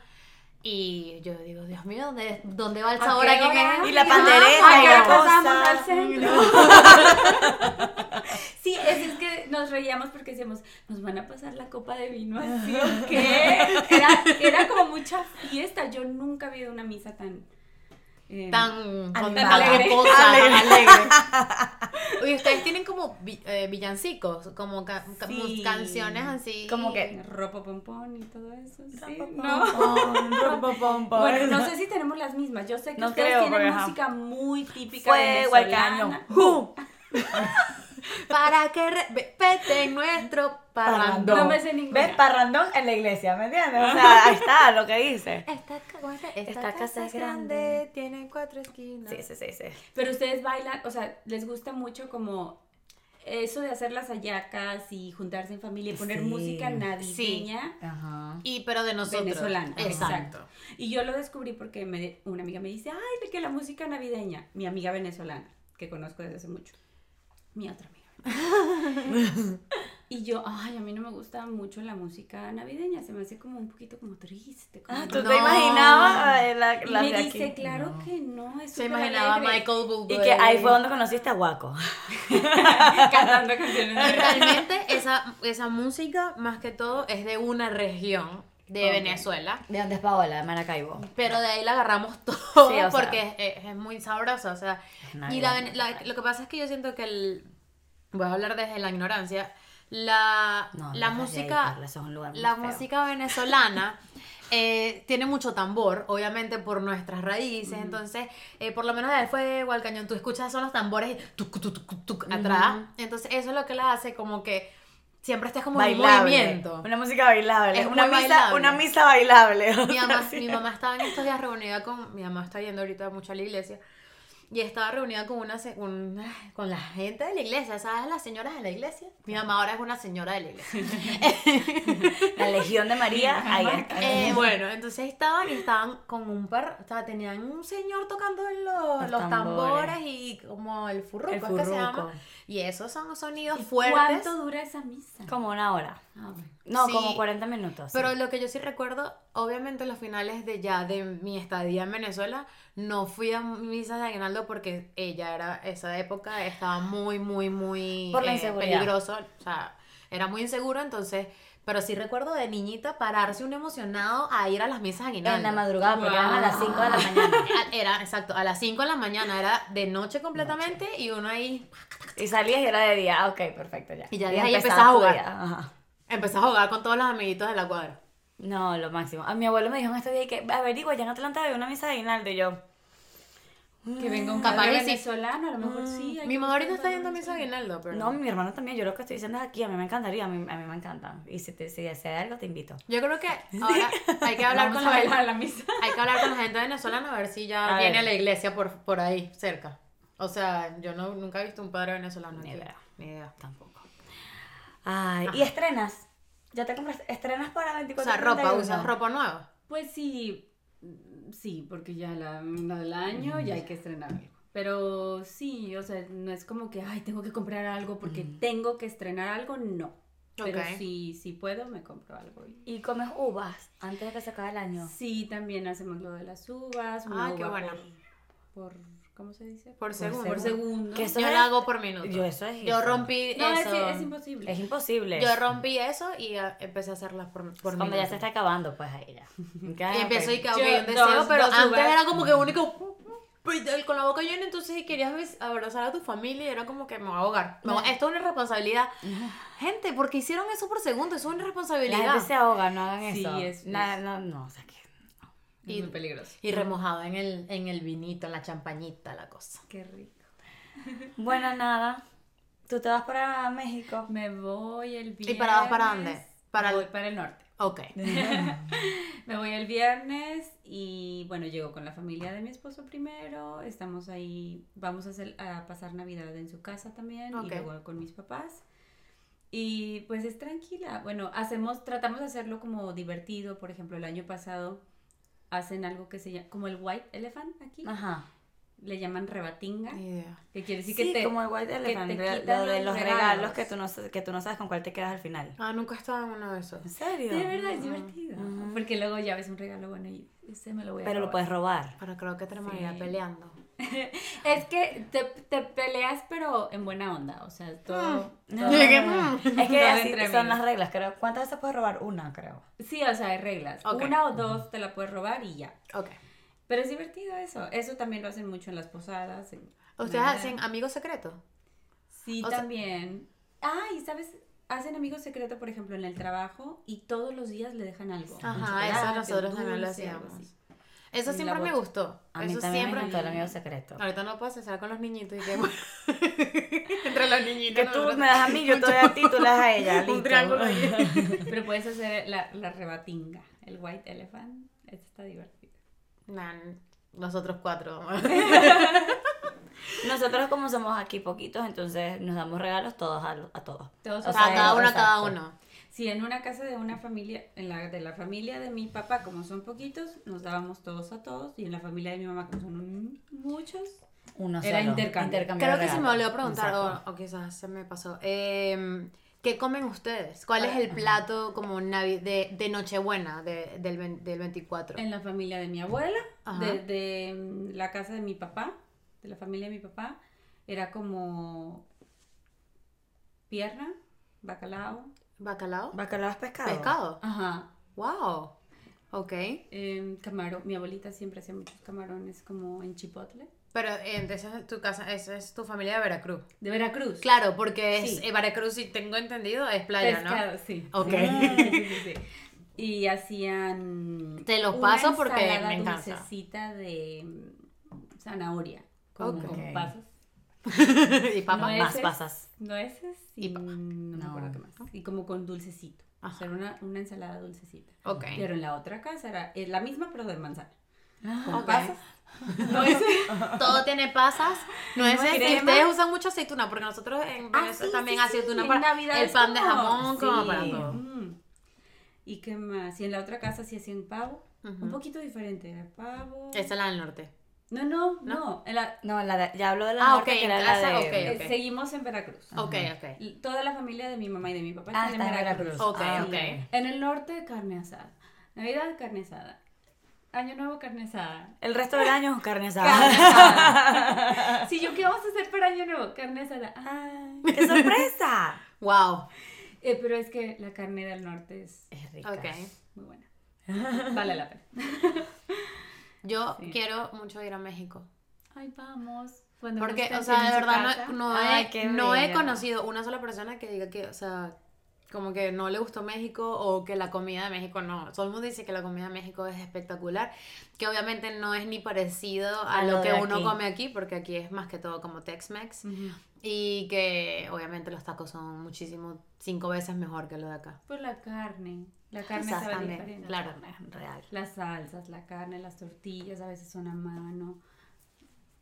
S2: y yo digo, Dios mío, ¿dónde, dónde va el
S3: ¿A
S2: sabor
S3: qué
S2: aquí?
S3: hora?
S2: que-
S1: Y la
S2: Ah,
S1: pandereta
S2: ¿a
S1: y
S2: qué
S1: la
S2: hora
S1: cosa.
S3: pasamos al
S1: cosa.
S3: centro? sí, es, es que nos reíamos porque decíamos, nos van a pasar la copa de vino así o qué. Era, era como mucha fiesta. Yo nunca había ido a una misa tan. eh,
S2: Tan contenta,
S1: Animada.
S2: tan pomposa, tan alegre. Oye, ustedes tienen como vi- eh, villancicos, como ca- ca-
S1: Sí.
S2: mus- canciones así.
S1: Como que-
S3: ropa pompón y todo eso. Sí, no.
S1: No.
S3: Bueno, no sé si tenemos las mismas. Yo sé que
S1: No
S3: ustedes
S1: creo, porque,
S3: tienen
S1: ajá.
S3: música muy típica
S1: Fue
S3: venezolana.
S1: Huaycaño. ¡Ju!
S2: Para que respeten nuestro parrandón.
S3: No me sé ninguna.
S1: ¿Ves? Parrandón en la iglesia, ¿me entiendes? O sea, ahí está lo que dice.
S2: Esta, ca- ¿cómo era? Esta
S1: Esta casa es grande.
S2: tiene cuatro esquinas.
S1: Sí, sí, sí, sí.
S3: Pero ustedes bailan, o sea, les gusta mucho como eso de hacer las hallacas y juntarse en familia y poner
S1: Sí.
S3: música navideña
S1: Ajá.
S2: Y pero de nosotros.
S3: venezolana.
S2: Exacto.
S3: Y yo lo descubrí porque me- una amiga me dice, ay, de que la música navideña, mi amiga venezolana, que conozco desde hace mucho, mi otra amiga. y yo, ay, a mí no me gusta mucho la música navideña, se me hace como un poquito como triste. como-
S1: Ah, ¿tú
S2: No.
S1: te imaginabas eh, la,
S3: Y
S1: la
S3: me
S1: de aquí?
S3: dice, claro que no, es
S2: Se
S3: súper
S2: imaginaba
S3: alegre".
S2: Michael Bublé.
S1: Y que ahí fue donde conociste a Waco.
S3: cantando canciones.
S2: Y realmente esa, esa música, más que todo, es de una región de
S3: Ok.
S2: Venezuela.
S1: ¿De dónde es Paola? De Maracaibo.
S2: Pero de ahí la agarramos todo
S1: Sí, o sea.
S2: porque es- es, es muy sabrosa. O sea,
S1: Es una
S2: y la
S1: gran
S2: vene- la- lo que pasa es que yo siento que el. Voy a hablar desde la ignorancia. La,
S1: No, no
S2: la
S1: estás de ahí,
S2: música.
S1: Carla, eso es un lugar muy
S2: la
S1: feo.
S2: música venezolana eh, tiene mucho tambor, obviamente por nuestras raíces, entonces eh, por lo menos del fuego al cañón, tú escuchas son los tambores y tuc, tuc, tuc, tuc, atrás, entonces eso es lo que la hace como que siempre estás como en
S1: Bailable.
S2: movimiento.
S1: Una música bailable.
S2: Es
S1: una,
S2: muy
S1: misa,
S2: bailable.
S1: una misa bailable. o
S2: Mi
S1: sea,
S2: mamá,
S1: sí.
S2: mi mamá estaba en estos días reunida con, mi mamá está yendo ahorita mucho a la iglesia, y estaba reunida con una, se- un- con la gente de la iglesia, ¿sabes? Las señoras de la iglesia. Mi mamá ahora es una señora de la iglesia.
S1: La Legión de María. ahí está.
S2: Eh, bueno, entonces estaban y estaban con un par, o sea, tenían un señor tocando los,
S1: Los
S2: los tambores.
S1: tambores.
S2: y como el furruco,
S1: El
S2: es que se llama.
S1: furruco.
S2: Y esos son sonidos fuertes.
S3: ¿Cuánto dura esa misa?
S1: Como una hora.
S3: Ah, bueno.
S1: No,
S2: Sí.
S1: como 40 minutos. sí.
S2: Pero lo que yo sí recuerdo, obviamente los finales de ya de mi estadía en Venezuela, no fui a misas de aguinaldo porque ella era esa época estaba muy muy muy eh,
S1: Por la inseguridad.
S2: peligroso, o sea, era muy inseguro, entonces, pero sí recuerdo de niñita pararse un emocionado a ir a las misas de aguinaldo.
S1: en la madrugada, porque eran a las 5 de la mañana.
S2: A- Era, exacto, a las 5 de la mañana, era de noche completamente y uno ahí
S1: Y salías y era de día. Ah, ok, perfecto, ya.
S2: Y ya de ahí empezabas a
S1: tu
S2: jugar.
S1: día, Ajá.
S2: empezaba a jugar con todos los amiguitos de la cuadra.
S1: No, lo máximo. A mi abuelo me dijo en este día que averigua, ya en Atlanta había una misa de aguinaldo. Y yo,
S3: Que venga un
S2: Mm. Capaz
S3: padre
S2: que sí. Mm.
S3: venezolano, a lo mejor Ah, pues sí. hay
S2: Mi
S3: que
S2: mamá ahorita
S3: buscar
S2: está
S3: un
S2: yendo a
S3: padre
S2: misa de aguinaldo, pero
S1: Mm. no, mi hermano también. Yo lo que estoy diciendo es aquí. A mí me encantaría, a mí, a mí me encantan. Y si, te, si hay algo, te invito.
S2: Yo creo que ahora hay que hablar
S3: Vamos
S2: con
S3: a
S2: la
S3: bailar
S2: gente,
S3: la misa.
S2: hay que hablar con la gente venezolana a ver si ya
S1: A
S2: viene
S1: ver.
S2: a la iglesia por, por ahí cerca. O sea, yo no nunca he visto un padre venezolano.
S1: Ni
S2: aquí.
S1: idea.
S2: Ni idea tampoco.
S1: Ay, y estrenas. Ya te compras, estrenas para
S2: O
S1: 24
S2: sea, ropa,
S1: 31.
S2: usas ropa nueva.
S3: Pues sí, mm, sí, porque ya la, la del año ya hay que estrenar algo. Pero sí, o sea, no es como que, ay, tengo que comprar algo porque tengo que estrenar algo, no. Pero
S2: Ok.
S3: sí, sí puedo, me compro algo. y-
S1: Y comes uvas antes de que se acabe el año.
S3: Sí, también hacemos lo de las uvas. una
S2: Ah, qué
S3: uva
S2: bueno.
S3: Por, por- ¿cómo se dice?
S2: Por segundo.
S3: Por segundo.
S1: Que eso
S2: Yo
S1: es-
S2: lo hago por minuto.
S1: Yo eso es
S2: Yo
S1: eso.
S2: rompí
S3: No, es,
S2: eso.
S3: es imposible.
S1: Es imposible.
S2: yo rompí eso y ah, empecé a hacerlas por, por
S1: Cuando ya
S2: minuto.
S1: se está acabando, pues ahí ya.
S2: Y empezó y que, ok,
S3: Yo,
S2: un deseo,
S3: dos-
S2: pero
S3: dos
S2: antes
S3: uvas.
S2: era como que único con la boca llena, entonces si querías bes- abrazar a tu familia y era como que me voy a ahogar. Me voy- esto es una irresponsabilidad. Gente, porque hicieron eso por segundo, eso es una
S1: La
S2: irresponsabilidad.
S1: gente se ahoga, no hagan
S3: Sí,
S1: eso.
S3: es-
S1: Na- no, no, o sea que.
S3: Es muy peligroso.
S2: Y remojado en el, en el vinito, en la champañita, la cosa.
S3: Qué rico.
S1: Bueno, nada. Tú te vas para México.
S3: Me voy el viernes.
S2: ¿Y para- para dónde? Para el-
S3: Voy para el norte.
S2: Ok.
S3: Me voy el viernes y bueno, llego con la familia de mi esposo primero, estamos ahí, vamos a, hacer, a pasar Navidad en su casa también
S2: Ok.
S3: y luego con mis papás. Y pues es tranquila, bueno, hacemos, tratamos de hacerlo como divertido, por ejemplo, el año pasado hacen algo que se llama, como el white elephant aquí,
S1: Ajá.
S3: le llaman rebatinga,
S2: Ni idea.
S3: que quiere
S1: Ah. Sí,
S3: decir que te...
S1: como el White
S3: te
S1: Elephant, lo-
S3: quitan
S1: lo de
S3: los
S1: los regalos
S3: regalos.
S1: que tú, no, sa- que tú no sabes con cuál te quedas al final.
S2: Ah, nunca estaba en uno de esos.
S1: ¿En serio?
S3: De verdad, es divertido. Porque luego ya ves un regalo bueno y ese me lo voy a
S1: Pero lo
S3: robar.
S1: puedes robar.
S2: Pero creo que terminaría
S3: Sí.
S2: peleando.
S3: Es que te, te peleas, pero en buena onda, o sea,
S2: Ah.
S3: todo... todo-
S2: Llegué,
S1: Es que
S3: Todo
S1: así
S3: entre
S1: son
S3: amigos.
S1: las reglas, creo. ¿Cuántas veces puedes robar? Una, creo.
S3: Sí, o sea, hay reglas.
S2: Ok.
S3: Una o dos te la puedes robar y ya.
S2: Ok.
S3: Pero es divertido eso. Eso también lo hacen mucho en las posadas. en-
S2: ¿Ustedes
S3: Navidad.
S2: hacen amigos secretos?
S3: Sí,
S2: o sea-
S3: también. Ah, y sabes, hacen amigos secretos, por ejemplo, en el trabajo y todos los días le dejan algo. un
S2: Ajá, eso
S3: chocolate,
S2: nosotros
S3: un
S2: también lo
S3: dulce, algo
S2: hacíamos.
S3: así.
S2: Eso
S3: En
S2: siempre
S3: la
S2: me
S3: bota.
S2: gustó.
S1: A mí
S2: eso
S1: también me
S2: siempre
S1: encantó el amigo secreto.
S2: Ahorita no puedo estar con los niñitos y que bueno. entre los niñitos.
S1: Que tú me das a mí, yo te doy a ti, tú le das a ella.
S2: Un
S1: listo.
S2: triángulo ahí.
S3: Pero puedes hacer la, la rebatinga, el white elephant. Esto está divertido.
S2: Nan, nosotros cuatro.
S1: Nosotros como somos aquí poquitos, entonces nos damos regalos todos a, lo- a todos.
S3: Todos
S1: O
S2: O
S3: son
S2: sea,
S1: sea,
S2: cada uno,
S1: exacto.
S2: cada uno.
S3: Sí, en una casa de una familia, en la de la familia de mi papá, como son poquitos, nos dábamos todos a todos. Y en la familia de mi mamá, como son un- muchos,
S1: Uno
S3: Era
S1: solo.
S3: intercambio.
S1: de
S2: Creo que se me
S1: regalos.
S2: volvió a preguntar,
S1: Exacto.
S2: o, o quizás se me pasó. eh, ¿Qué comen ustedes? ¿Cuál es el plato como navi- de, de Nochebuena de- del, ven- del 24?
S3: en la familia de mi abuela,
S2: Ajá.
S3: de, de, mm, la casa de mi papá, de la familia de mi papá, era como pierna, bacalao,
S2: ¿Bacalao?
S1: Bacalao es pescado.
S2: ¿Pescado?
S3: ajá,
S2: ¡Wow! Ok.
S3: em, camaro- Mi abuelita siempre hacía muchos camarones como en chipotle,
S2: Pero eh, entonces tu casa, esa es tu familia de Veracruz.
S3: de Veracruz.
S2: Claro, porque es,
S3: Sí.
S2: eh, Veracruz, si tengo entendido, es playa,
S3: pescado, sí. Ah,
S2: ¿no? Ok.
S3: Sí, sí, sí, sí. Y hacían.
S2: Te los
S3: una
S2: paso porque me
S3: ensalada
S2: encanta.
S3: dulcecita de mm, zanahoria. Con,
S2: Ok.
S3: con pasas.
S2: y papá.
S3: No
S1: Más
S3: Ese-
S1: pasas.
S3: Nueces y.
S2: Y papa.
S3: no, me
S1: No.
S3: acuerdo qué más. Y como con dulcecito.
S2: Ajá.
S3: O sea, era una, una ensalada dulcecita.
S2: Ok.
S3: Pero en la otra casa era eh, la misma, pero de manzana. Con
S2: Ah, Ok.
S3: pasas. Nueces.
S2: Todo tiene pasas, nueces.
S3: Nueces.
S2: y ustedes usan mucho aceituna, porque nosotros en
S3: Ah,
S2: Venezuela
S3: sí,
S2: también
S3: sí, sí.
S2: aceituna
S3: En
S2: para
S3: Navidad
S2: el
S3: es
S2: pan de
S3: como-
S2: jamón, como
S3: sí.
S2: para todo.
S3: Mm. ¿Y qué más? Y en la otra casa sí hacían pavo. Un poquito diferente. Era pavo.
S2: Esa es la del norte.
S3: No, no, no. en la-
S1: No, la de- ya hablo de la
S2: Ah,
S1: norte,
S2: ok,
S1: que
S2: en
S1: era la
S2: casa,
S1: de-
S2: ok.
S3: eh, Seguimos en Veracruz.
S2: Ok, ok.
S3: Y Toda la familia de mi mamá y de mi papá
S1: Ah,
S3: están
S1: está en
S3: en Veracruz.
S1: Veracruz.
S2: Ok,
S1: Ah,
S2: ok.
S3: En el norte, carne asada. Navidad, carne asada. Año nuevo, carne asada.
S1: El resto del año carne
S3: Carne
S1: asada.
S3: asada. Si yo, ¿qué vamos a hacer para año nuevo? Carne asada.
S1: Ay, ¡Qué sorpresa!
S2: Wow.
S3: Eh, pero es que la carne del norte es
S1: Es rica.
S2: Ok.
S3: muy buena. Vale la pena.
S2: Yo quiero mucho ir a México.
S3: Ay, vamos. Cuando
S2: Porque,
S3: nos
S2: o sea, de
S3: canten en su
S2: verdad
S3: casa.
S2: no, no
S1: Ay,
S2: he,
S1: qué
S2: no he
S1: bello.
S2: conocido una sola persona que diga que, o sea, como que no le gustó México o que la comida de México no. Todo el mundo dice que la comida de México es espectacular, que obviamente no es ni parecido a,
S1: A
S2: lo
S1: lo
S2: que
S1: de
S2: uno
S1: aquí.
S2: come aquí, porque aquí es más que todo como Tex-Mex
S3: Ujú.
S2: y que obviamente los tacos son muchísimo, cinco veces mejor que lo de acá.
S3: Por Pues la carne. La carne
S2: Quizás
S3: sabe
S2: también,
S3: diferente.
S2: claro.
S1: Real.
S3: Las salsas, la carne, las tortillas, a veces son a mano.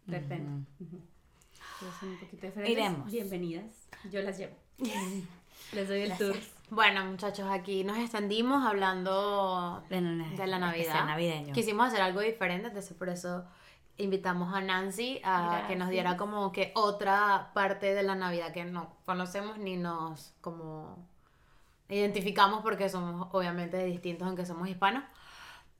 S3: Depende. Ujú. Pero son un poquito diferentes.
S1: Iremos.
S3: Bienvenidas. Yo las llevo. Les doy el tour.
S2: Bueno, muchachos, aquí nos extendimos hablando
S1: De la-
S2: de la
S1: especial
S2: Navidad.
S1: navideño.
S2: Quisimos hacer algo diferente, entonces por eso invitamos a Nancy a que nos diera
S3: Gracias.
S2: como que otra parte de la Navidad que no conocemos ni nos como identificamos porque somos obviamente distintos aunque somos hispanos.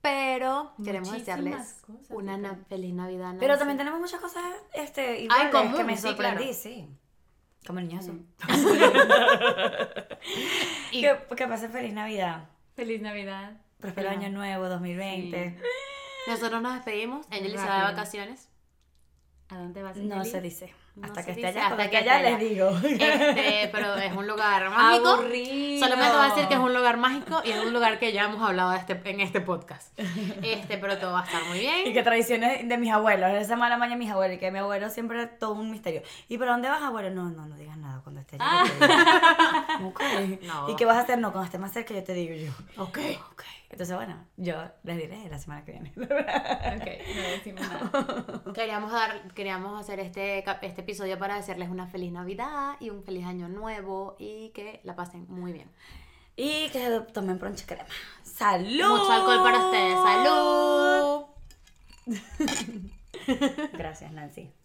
S2: Pero queremos
S3: Muchísimas
S2: desearles
S3: cosas
S2: una na-
S3: diferentes.
S2: feliz Navidad. Nancy.
S1: Pero también tenemos muchas cosas este, iguales que
S2: común,
S1: me
S2: sí,
S1: sorprendí,
S2: claro. Mm.
S1: sí. Como niñoso.
S2: Y-
S1: Que, que pasen feliz Navidad.
S3: Feliz Navidad.
S1: Próspero
S2: Ajá.
S1: año nuevo, 2020.
S2: nosotros nos despedimos. Angel se va de
S3: Rápido.
S2: vacaciones.
S3: ¿A dónde vas?
S1: No
S3: Angeli?
S1: se dice.
S2: No
S1: hasta
S2: se
S1: que esté
S2: dice,
S1: allá.
S2: hasta
S1: Hasta
S2: que
S1: que
S2: esté
S1: allá les
S2: allá.
S1: digo.
S2: Este, pero es un lugar mágico.
S3: Aburrido.
S2: Solamente voy a decir que es un lugar mágico y es un lugar que ya hemos hablado de este, en este podcast. Este, pero todo va a estar muy
S1: Y
S2: bien.
S1: que tradiciones de mis abuelos, esa mala maña de mis abuelos, y que mi abuelo siempre es todo un misterio. ¿Y para dónde vas, abuelo? No, no, no digas nada cuando esté allá. yo te digo. Ok.
S2: No.
S1: ¿Y qué vas a hacer? No, cuando esté más cerca yo te digo yo.
S2: Ah. Ok.
S1: Ok. Entonces, bueno, yo les diré la semana que viene.
S3: Ok, no decimos nada.
S2: Queríamos, dar, queríamos hacer este, cap- este episodio para desearles una feliz Navidad y un feliz año nuevo y que la pasen muy bien.
S1: Y que tomen pronto crema. ¡Salud!
S2: Mucho alcohol para ustedes. ¡Salud!
S1: Gracias, Nancy.